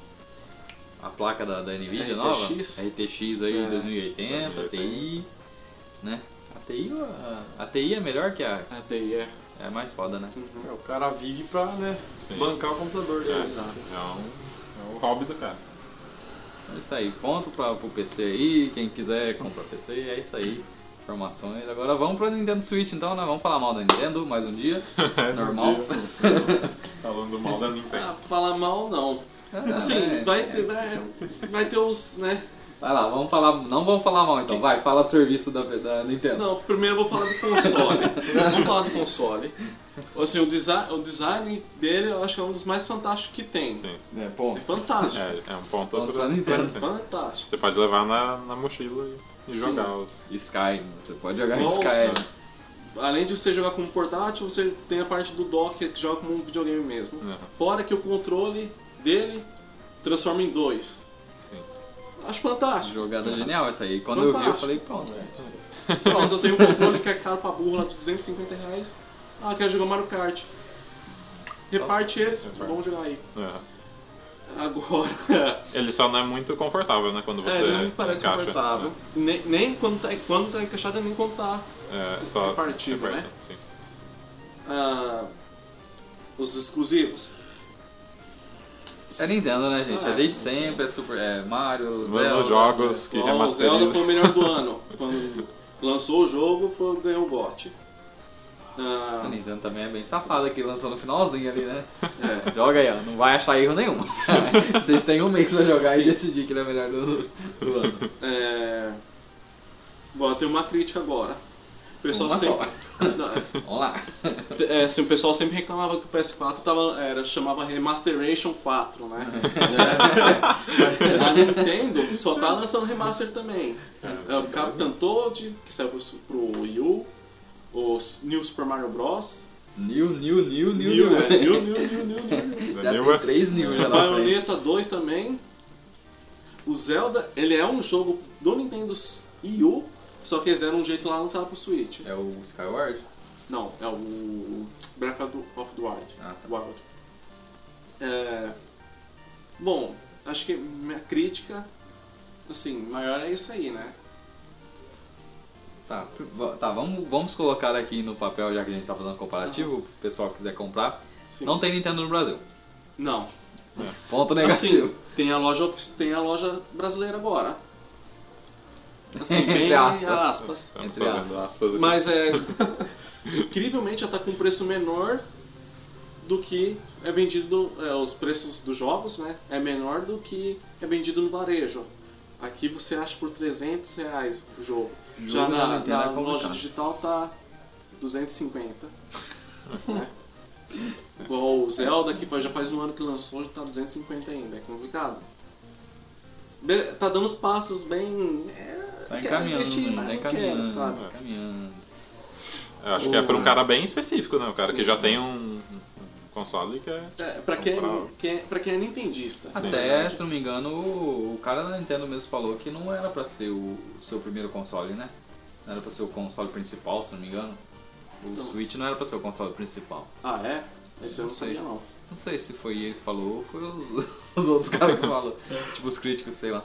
a, a placa da, da Nvidia
RTX.
nova, a RTX aí
É.
2080,
2080.
TI, né? A TI, a, a TI é melhor que a
Até aí é.
é mais foda, né?
É, o cara vive pra, né,
Sim.
bancar o computador dele.
Exato.
É um, é um hobby do cara.
É isso aí, ponto pra, pro PC aí, quem quiser comprar PC, é isso aí. Informações. Agora vamos pra Nintendo Switch então, né? Vamos falar mal da Nintendo mais um dia. Normal.
Falando mal da Nintendo.
Ah, falar mal não. Assim,
É,
vai, ter, vai, vai ter os, né?
Vai lá, vamos falar. Não vamos falar mal então, vai, fala do serviço da, da Nintendo.
Não, primeiro eu vou falar do console. Vamos falar do console. Assim, o, design, o design dele eu acho que é um dos mais fantásticos que tem.
Sim.
É,
É
ponto.
fantástico.
É, é um ponto
Ponto
pra-
pra Nintendo.
pra-
Fantástico.
Você pode levar na, na mochila e- e
Sim.
jogar os.
Skyrim, você pode jogar em
Nossa.
Skyrim.
Além de você jogar como portátil, você tem a parte do dock que joga como um videogame mesmo.
Uhum.
Fora que o controle dele transforma em dois.
Sim.
Acho fantástico.
Jogada genial essa aí. Quando eu vi, eu
Fantástico.
falei, pronto.
Mas eu tenho um controle que é caro pra burro lá de 250 reais. Ah, quero jogar Mario Kart. Reparte ele, vamos jogar aí.
Uhum.
Agora,
Ele só não é muito confortável, né? Quando
é,
você.
ele não me parece
encaixa,
confortável.
né?
Nem, nem quando, tá, quando tá encaixado, nem quando tá.
É,
Sim,
só
é partido,
é
né?
partido, Sim.
ah, os exclusivos.
É Nintendo, né, gente? É
Ah,
desde sempre, é super. É Mario,
Os mesmos
Zelda,
jogos que
Bom, o Zelda foi
remasterizam.
o melhor do ano. Quando lançou o jogo, foi, ganhou o GOT. Ah,
A Nintendo também é bem safada que lançou no finalzinho ali, né?
é.
Joga aí, ó. Não vai achar erro nenhum. Vocês têm um mês pra jogar e
Sim.
decidir que ele é melhor do, do ano.
É... Bom, tem uma crítica agora. O pessoal
Uma
sempre... Não,
Vamos lá.
é, assim, o pessoal sempre reclamava que o PS4 tava, era, chamava Remasteration 4, né? A Nintendo só tá lançando remaster também. É, o Captain Toad, que saiu pro, su- pro Wii U, o S- New Super Mario Bros.
New, new, new, new, né?
New,
new.
é, new, new, new, new, new, new.
Já tem três new já na frente.
Bayonetta 2 também. O Zelda, ele é um jogo do Nintendo Wii U, só que eles deram um jeito lá e lançaram pro Switch.
É o Skyward?
Não, é o Breath of the- of the Wild.
Ah, tá.
Wild. É, Bom, acho que minha crítica, assim, maior é isso aí, né?
Tá, v- tá vamos, vamos colocar aqui no papel, já que a gente tá fazendo comparativo, o pessoal que quiser comprar.
Sim.
Não tem Nintendo no Brasil.
Não.
Ponto negativo.
Assim, tem a loja, ofi- tem a loja brasileira agora. Assim,
Entre
bem
aspas.
aspas.
Estamos
Entre
fazendo
aspas.
aspas aqui.
Mas é. incrivelmente ela tá com um preço menor do que é vendido. é, os preços dos jogos, né? É menor do que é vendido no varejo. Aqui você acha por 300 reais o jogo. Assim, Já
Jogo da
na,
Nintendo
na
é complicado.
loja digital tá 250. né? Igual o Zelda, que já faz um ano que lançou, já tá 250 ainda. É complicado. Be- Tá dando os passos bem. é,
Tá
quero
encaminhando,
investir, mas
tá
não quero,
encaminhando,
é, sabe?
tá encaminhando.
Eu acho que é pra um cara bem específico, né? O cara que
Sim.
já tem um, um console que é.
É, pra quem,
Comprar.
quem, pra quem é nintendista.
Até,
verdade.
se não me engano, o o cara da Nintendo mesmo falou que não era pra ser o seu primeiro console, né? Não era pra ser o console principal, se não me engano. O
Então-
Switch não era pra ser o console principal.
Ah, é? Isso eu não sabia, não.
Não sei se foi ele que falou ou foi os, os outros caras que falou. tipo, os críticos, sei lá.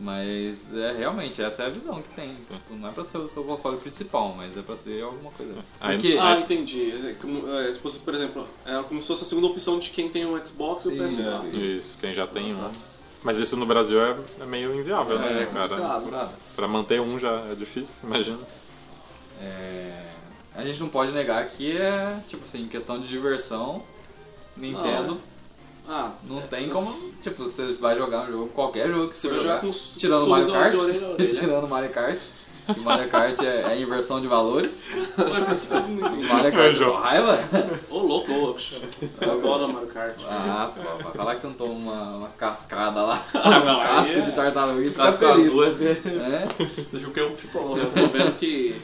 Mas é realmente, essa é a visão que tem. Tipo, não é pra ser o seu console principal, mas é pra ser alguma coisa.
Aí-
Porque
Ah, entendi. É como- é, se fosse, por exemplo, é como se fosse a segunda opção de quem tem um Xbox e o
Isso,
PS4.
Isso, quem já tem um. Mas isso no Brasil é, é meio inviável, né?
É,
cara?
complicado.
Furada.
Pra manter um já é difícil, imagina.
É, a gente não pode negar que é, tipo assim, questão de diversão. Nintendo
Ah,
não
é,
tem
mas
como. Tipo, você vai jogar um jogo, qualquer jogo que você,
Você vai jogar com os
tirando Mario
sorriso
Kart.
de orelha a orelha.
tirando Mario Kart. que Mario Kart é, é inversão de valores.
Não entendi.
Mario Kart é
jogo.
só raiva.
Ô, louco, ô, oxe. eu adoro Mario Kart.
Ah, pô, vai falar que você não toma uma, uma cascada lá.
Ah,
uma
não, aí
casca
é-
de tartaruga e fica
Casca
feliz.
azul é-
É?
Deixa eu cair um pistolão.
Eu tô vendo que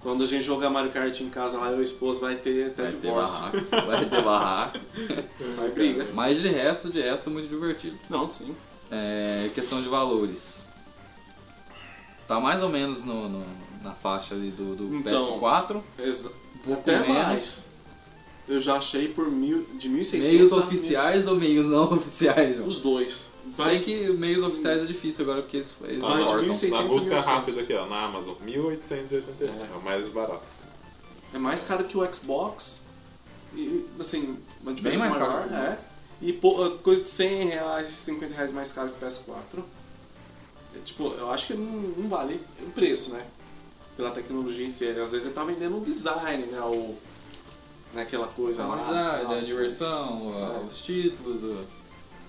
quando a gente jogar Mario Kart em casa lá, meu esposo vai ter até
Vai ter
divórcio.
barraco, vai ter barraco.
Sai briga.
Mas de resto, de resto, é muito divertido.
Não, sim.
É, questão de valores. Tá mais ou menos no, no- na faixa ali do, do
Então,
PS4.
Exa-
pouco
até
menos.
mais. Eu já achei por mil, de 1.600
Meios
a mil-
oficiais ou meios não oficiais, João?
Os dois.
Se bem que meios oficiais é difícil agora porque eles, eles
Vai de
cortam.
1.600.
Na
600
busca
mil
Tá, rápida
cento.
aqui, ó, na Amazon, 1881, é o mais barato.
É mais caro que o Xbox. E, assim, uma diferença
mais caro
maior,
que o Xbox.
é. E pô, coisa de 100 reais, 50 reais mais caro que o PS4. É, tipo, eu acho que não, não vale o preço, né? Pela tecnologia em si. Às vezes ele tá vendendo um design, né? Ou, né aquela coisa lá.
A verdade,
tal.
a diversão, a-
É.
os títulos, a-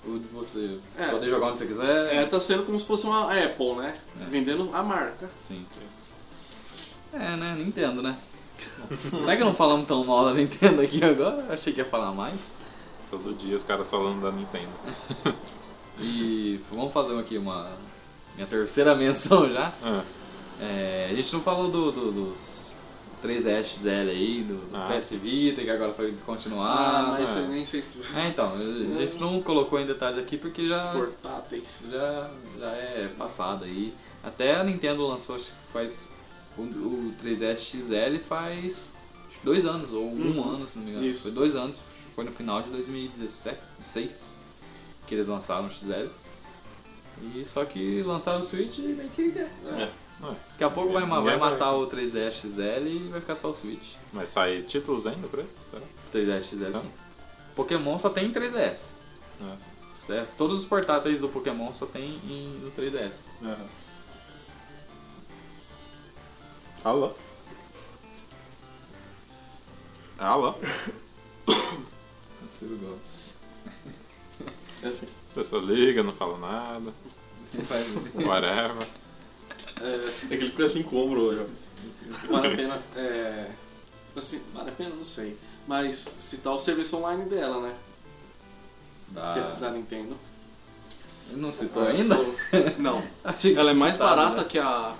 O de você
É.
poder jogar onde você quiser.
É, tá sendo como se fosse uma Apple, né?
É.
Vendendo a marca.
Sim. É, né? Nintendo, né? Será que não falamos tão mal da Nintendo aqui agora? Eu achei que ia falar mais.
Todo dia os caras falando da Nintendo.
E vamos fazer aqui uma. Minha terceira menção já.
Ah,
É, a gente não falou do, do- dos 3DS XL aí, do, do
Ah.
PS Vita, que agora foi descontinuado.
Ah, mas
é.
eu nem sei se.
É, então, a gente não colocou em detalhes aqui porque já,
Os portáteis.
já, já é passado aí. Até a Nintendo lançou, acho que faz. O, o 3DS XL faz acho que dois anos, ou um
Uhum.
ano, se não me engano.
Isso.
Foi dois anos, foi no final de 2016 que eles lançaram o XL. E só que lançaram o Switch e meio que. né?
é.
Daqui a pouco vai, ma- vai
Ninguém vai-
matar o 3DS XL e vai ficar só o Switch.
Mas sai títulos ainda pra ele? Será?
3DS
Tá.
XL sim. Pokémon só tem em 3DS.
Ah,
Certo? Todos os portáteis do Pokémon só tem em, no 3DS.
Aham.
É.
Alô?
Alô?
É assim.
A pessoa liga, não fala nada,
Quem faz isso?
whatever.
É,
É que ele fica assim com o ombro hoje, ó.
vale a pena. É, assim, vale a pena, não sei. Mas citar o serviço online dela, né? Que é da
Da...
Nintendo. Então,
Ele Não citou Ah. ainda?
Não.
Achei que
Ah, Ela é
tinha
mais
citado,
barata
né?
que a.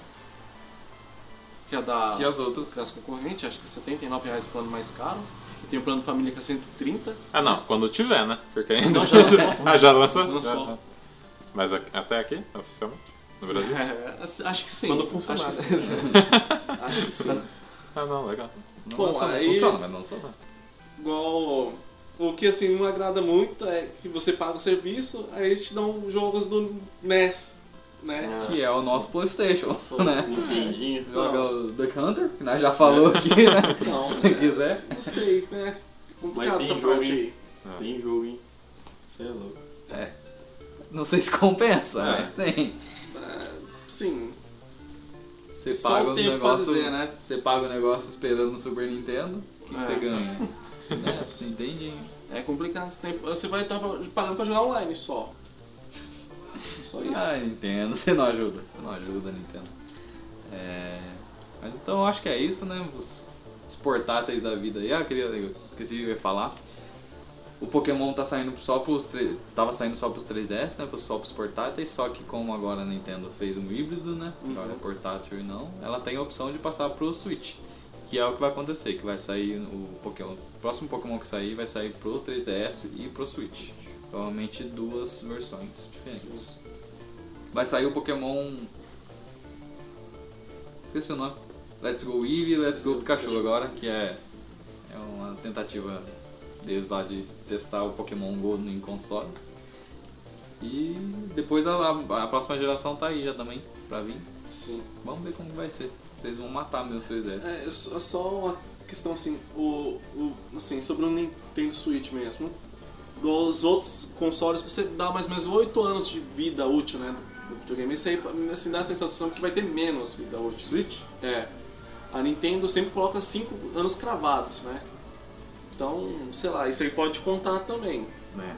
Que a da.
que as outras.
das concorrentes, acho que R$ 79 reais o plano mais caro. E tem o plano família que é 130.
Ah não, quando tiver, né? Porque ainda.
Não, já lançou.
ah, já lançou?
Já lançou.
tá. Mas a- até aqui, oficialmente? No Brasil?
É, acho que sim.
Quando funcionar.
Acho que sim. acho que sim.
Ah não, legal.
Não
Bom,
lançou, não
aí-
funciona, mas não lançou.
Igual. O que assim não agrada muito é que você paga o serviço, aí eles te dão jogos do NES, né?
Que é o nosso Playstation, né?
um Nintendinho.
Joga o Duck Hunter, que nós já falou aqui, né?
Não,
Se
é,
quiser.
não sei, né? É complicado
Mas
essa
tem
parte
jogo,
aí.
Tem jogo, hein? Você é louco.
É. Não sei se compensa,
É.
mas tem.
Sim,
Você
Só
um
paga
o
o
tempo pra
negócio.
dizer, né?
Você paga o negócio esperando no Super Nintendo, o que, que
É.
você ganha? né? Você entende?
é complicado esse tempo. Você vai estar pagando pra jogar online só. Só isso.
Ah, Nintendo, você não ajuda. Você não ajuda, Nintendo. É, Mas então eu acho que é isso, né? Os, os portáteis da vida aí. Ah, eu queria. eu esqueci de falar. O Pokémon tá saindo só pros. tre- Tava saindo só pros 3DS, né? Só pros portáteis. Só que como agora a Nintendo fez um híbrido, né?
Uhum.
Agora é portátil e não, ela tem a opção de passar pro Switch. Que é o que vai acontecer, que vai sair o Pokémon. O próximo Pokémon que sair vai sair pro 3DS e pro Switch. Provavelmente duas versões diferentes. Vai sair o Pokémon. Esqueci o nome. Let's Go Eevee e Let's Go Pikachu agora, que é, é uma tentativa deles lá de testar o Pokémon Go em console. E depois a, a- a próxima geração tá aí já também, pra vir.
Sim.
Vamos ver como vai ser. Vocês vão matar meus 3DS.
É, é só é só uma questão assim, o, o- assim, sobre o Nintendo Switch mesmo. Os outros consoles você dá mais ou menos 8 anos de vida útil, né? Do videogame. Isso aí assim, dá a sensação que vai ter menos vida útil.
Switch?
É. A Nintendo sempre coloca 5 anos cravados, né? Então, sei lá, isso aí pode contar também.
Né.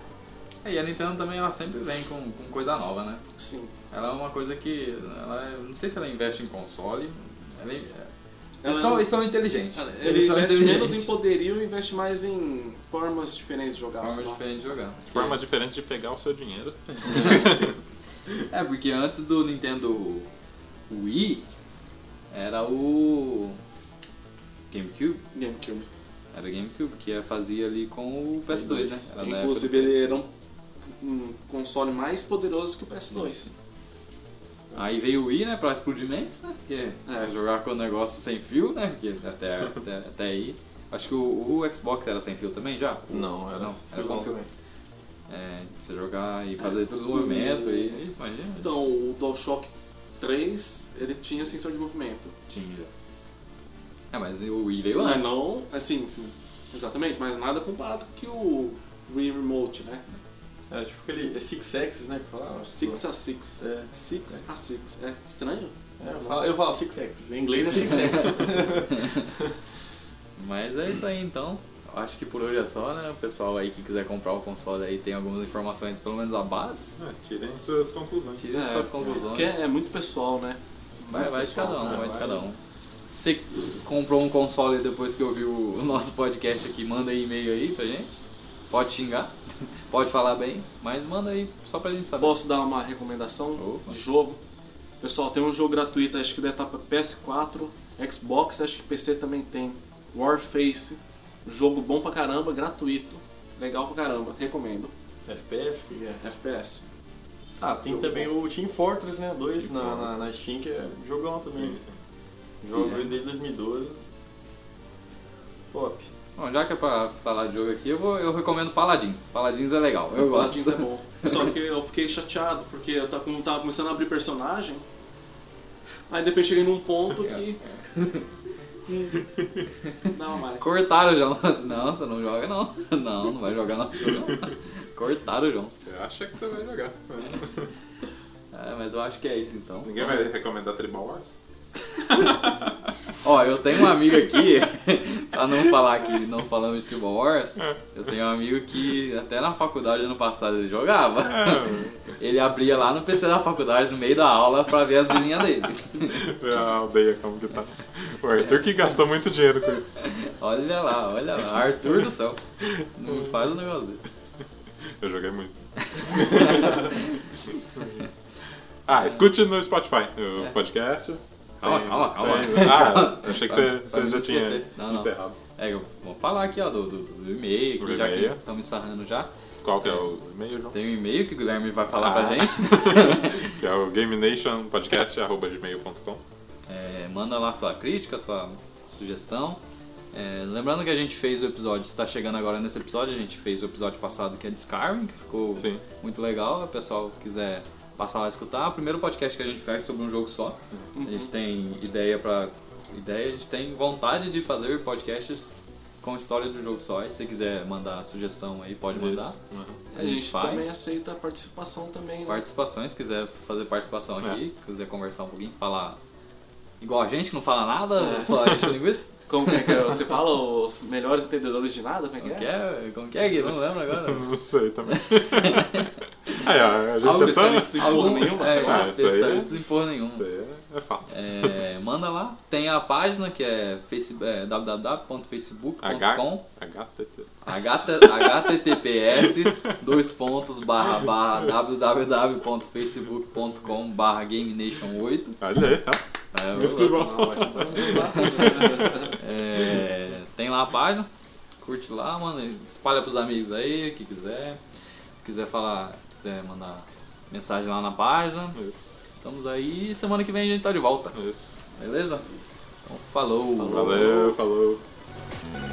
É, e a Nintendo também ela sempre vem com, com coisa nova, né?
Sim.
Ela é uma coisa que. Ela, é- não sei se ela investe em console. Ela, é-
Ela-
eles, são, eles são inteligentes.
Cara,
Eles
Ele
são
investe menos em
inteligentes.
poderio e investe mais em formas diferentes de jogar.
Forma
sei lá.
diferente de jogar.
Formas diferentes de pegar o seu dinheiro.
É, porque antes do Nintendo Wii era o GameCube.
GameCube.
Era o GameCube, que fazia ali com o PS2, né? Era na
Inclusive,
época do
ele era um, um console mais poderoso que o PS2.
PS2. Aí veio o Wii, né? Pra explodir mentes, né? Porque
É.
você jogar com o negócio sem fio, né? Porque até, até, até aí... Acho que o, o Xbox era sem fio também, já?
Não,
Não, era com fio. É, você jogar e fazer todos os movimentos e... Ih, Imagina,
Então, o DualShock 3, ele tinha sensor de movimento.
tinha já. É, mas o Wii veio antes.
Mas não, assim, sim, exatamente, mas nada comparado com o que o Wii Remote, né?
É tipo aquele. É Six Axis, né? Que fala.
6 a 6.
É.
6 a 6. É estranho?
É, eu falo- eu falo Six Axis. Em inglês é Six Axis.
Mas é isso aí então. Acho que por hoje é só, né? O pessoal aí que quiser comprar o console aí tem algumas informações, pelo menos a base.
É, tirem suas conclusões.
Tirem
É,
suas conclusões.
Porque é muito pessoal, né?
Vai,
muito
vai de
pessoal,
cada um,
né?
vai de cada um. Você comprou um console depois que ouviu o nosso podcast aqui, manda aí e-mail aí pra gente. Pode xingar, pode falar bem, mas manda aí só pra gente saber.
Posso dar uma recomendação
Opa.
de jogo? Pessoal, tem um jogo gratuito, acho que deve estar para PS4, Xbox, acho que PC também tem. Warface, jogo bom pra caramba, gratuito, legal pra caramba, recomendo.
FPS, o que que é?
FPS.
Ah, tem também o Team Fortress, né? 2
Team
na, na, na Steam, que é jogão também.
Sim, sim.
Jogo
É.
desde 2012. Top.
Bom, já que é pra falar de jogo aqui, eu, vou, eu recomendo Paladins. Paladins é legal, eu gosto.
Paladins é bom. Só que eu fiquei chateado, porque eu tava, como tava começando a abrir personagem, aí depois cheguei num ponto que. Não mais.
Cortaram o João. Não, você não joga não. Não, não vai jogar nosso jogo não. Cortaram o João.
Você acha que você vai jogar.
É, mas eu acho que é isso então.
Ninguém vai recomendar Tribal Wars?
Ó, eu tenho um amigo aqui, pra não falar que não falamos de Tribal Wars, eu tenho um amigo que até na faculdade ano passado ele jogava.
Ah.
É.
Ele abria lá no PC da faculdade, no meio da aula, pra ver as vizinhas dele.
É, A aldeia como que tá. O Arthur que gastou muito dinheiro com isso.
Olha lá, olha lá, Arthur do céu. Não faz um negócio desse.
Eu joguei muito. ah, escute no Spotify
É.
o podcast.
Calma,
Tem-
Tá
calma, calma.
tem- É, Ah, achei que
Pra-
você, você
pra
já
não
tinha
esquecer. Não, não.
encerrado.
É, eu vou falar aqui, ó, do, do, do e-mail,
Do
que já que
e-mail.
estão me sarrando já.
Qual que é o e-mail, João?
Tem um e-mail que o Guilherme vai falar pra
Ah.
gente.
Que é o gamenationpodcast.gmail.com
É, manda lá sua crítica, sua sugestão. É, lembrando que a gente fez o episódio, está chegando agora nesse episódio, a gente fez o episódio passado que é de Skyrim, que ficou
Sim.
muito legal. O pessoal quiser passar lá e escutar, o primeiro podcast que a gente faz sobre um jogo só. A
Uhum.
gente tem ideia para ideia, a gente tem vontade de fazer podcasts com história de um jogo só. E se quiser mandar sugestão aí, pode mandar.
Isso. Uhum.
A gente
faz.
também aceita a participação também, né?
participações, quiser fazer participação aqui,
É.
quiser conversar um pouquinho, falar igual a gente que não fala
É.
nada, só enche linguiça.
Como que é que é? você fala? Os melhores entendedores de nada? Como é que
Como que
é?
é? Como que é, Gui? Não lembro agora.
Não sei também. Aí, ó, a gente
Algo
sentou.
especialista
Isso
em porra nenhuma, sei lá.
Ah, isso aí é-
especialista em porra nenhuma.
aí é fato.
É, manda lá, tem a página que é, face- é www.facebook.com
H- HTT.
https dois pontos barra barra www.facebook.com barra game nation 8
Olha aí, tá? Muito bom.
um né? É, tem lá a página, curte lá, mano, e espalha pros amigos aí, o que quiser. Se quiser falar, quiser mandar mensagem lá na página.
Isso,
Estamos aí e semana que vem a gente tá de volta,
isso.
beleza? Então falou.
Valeu, falou.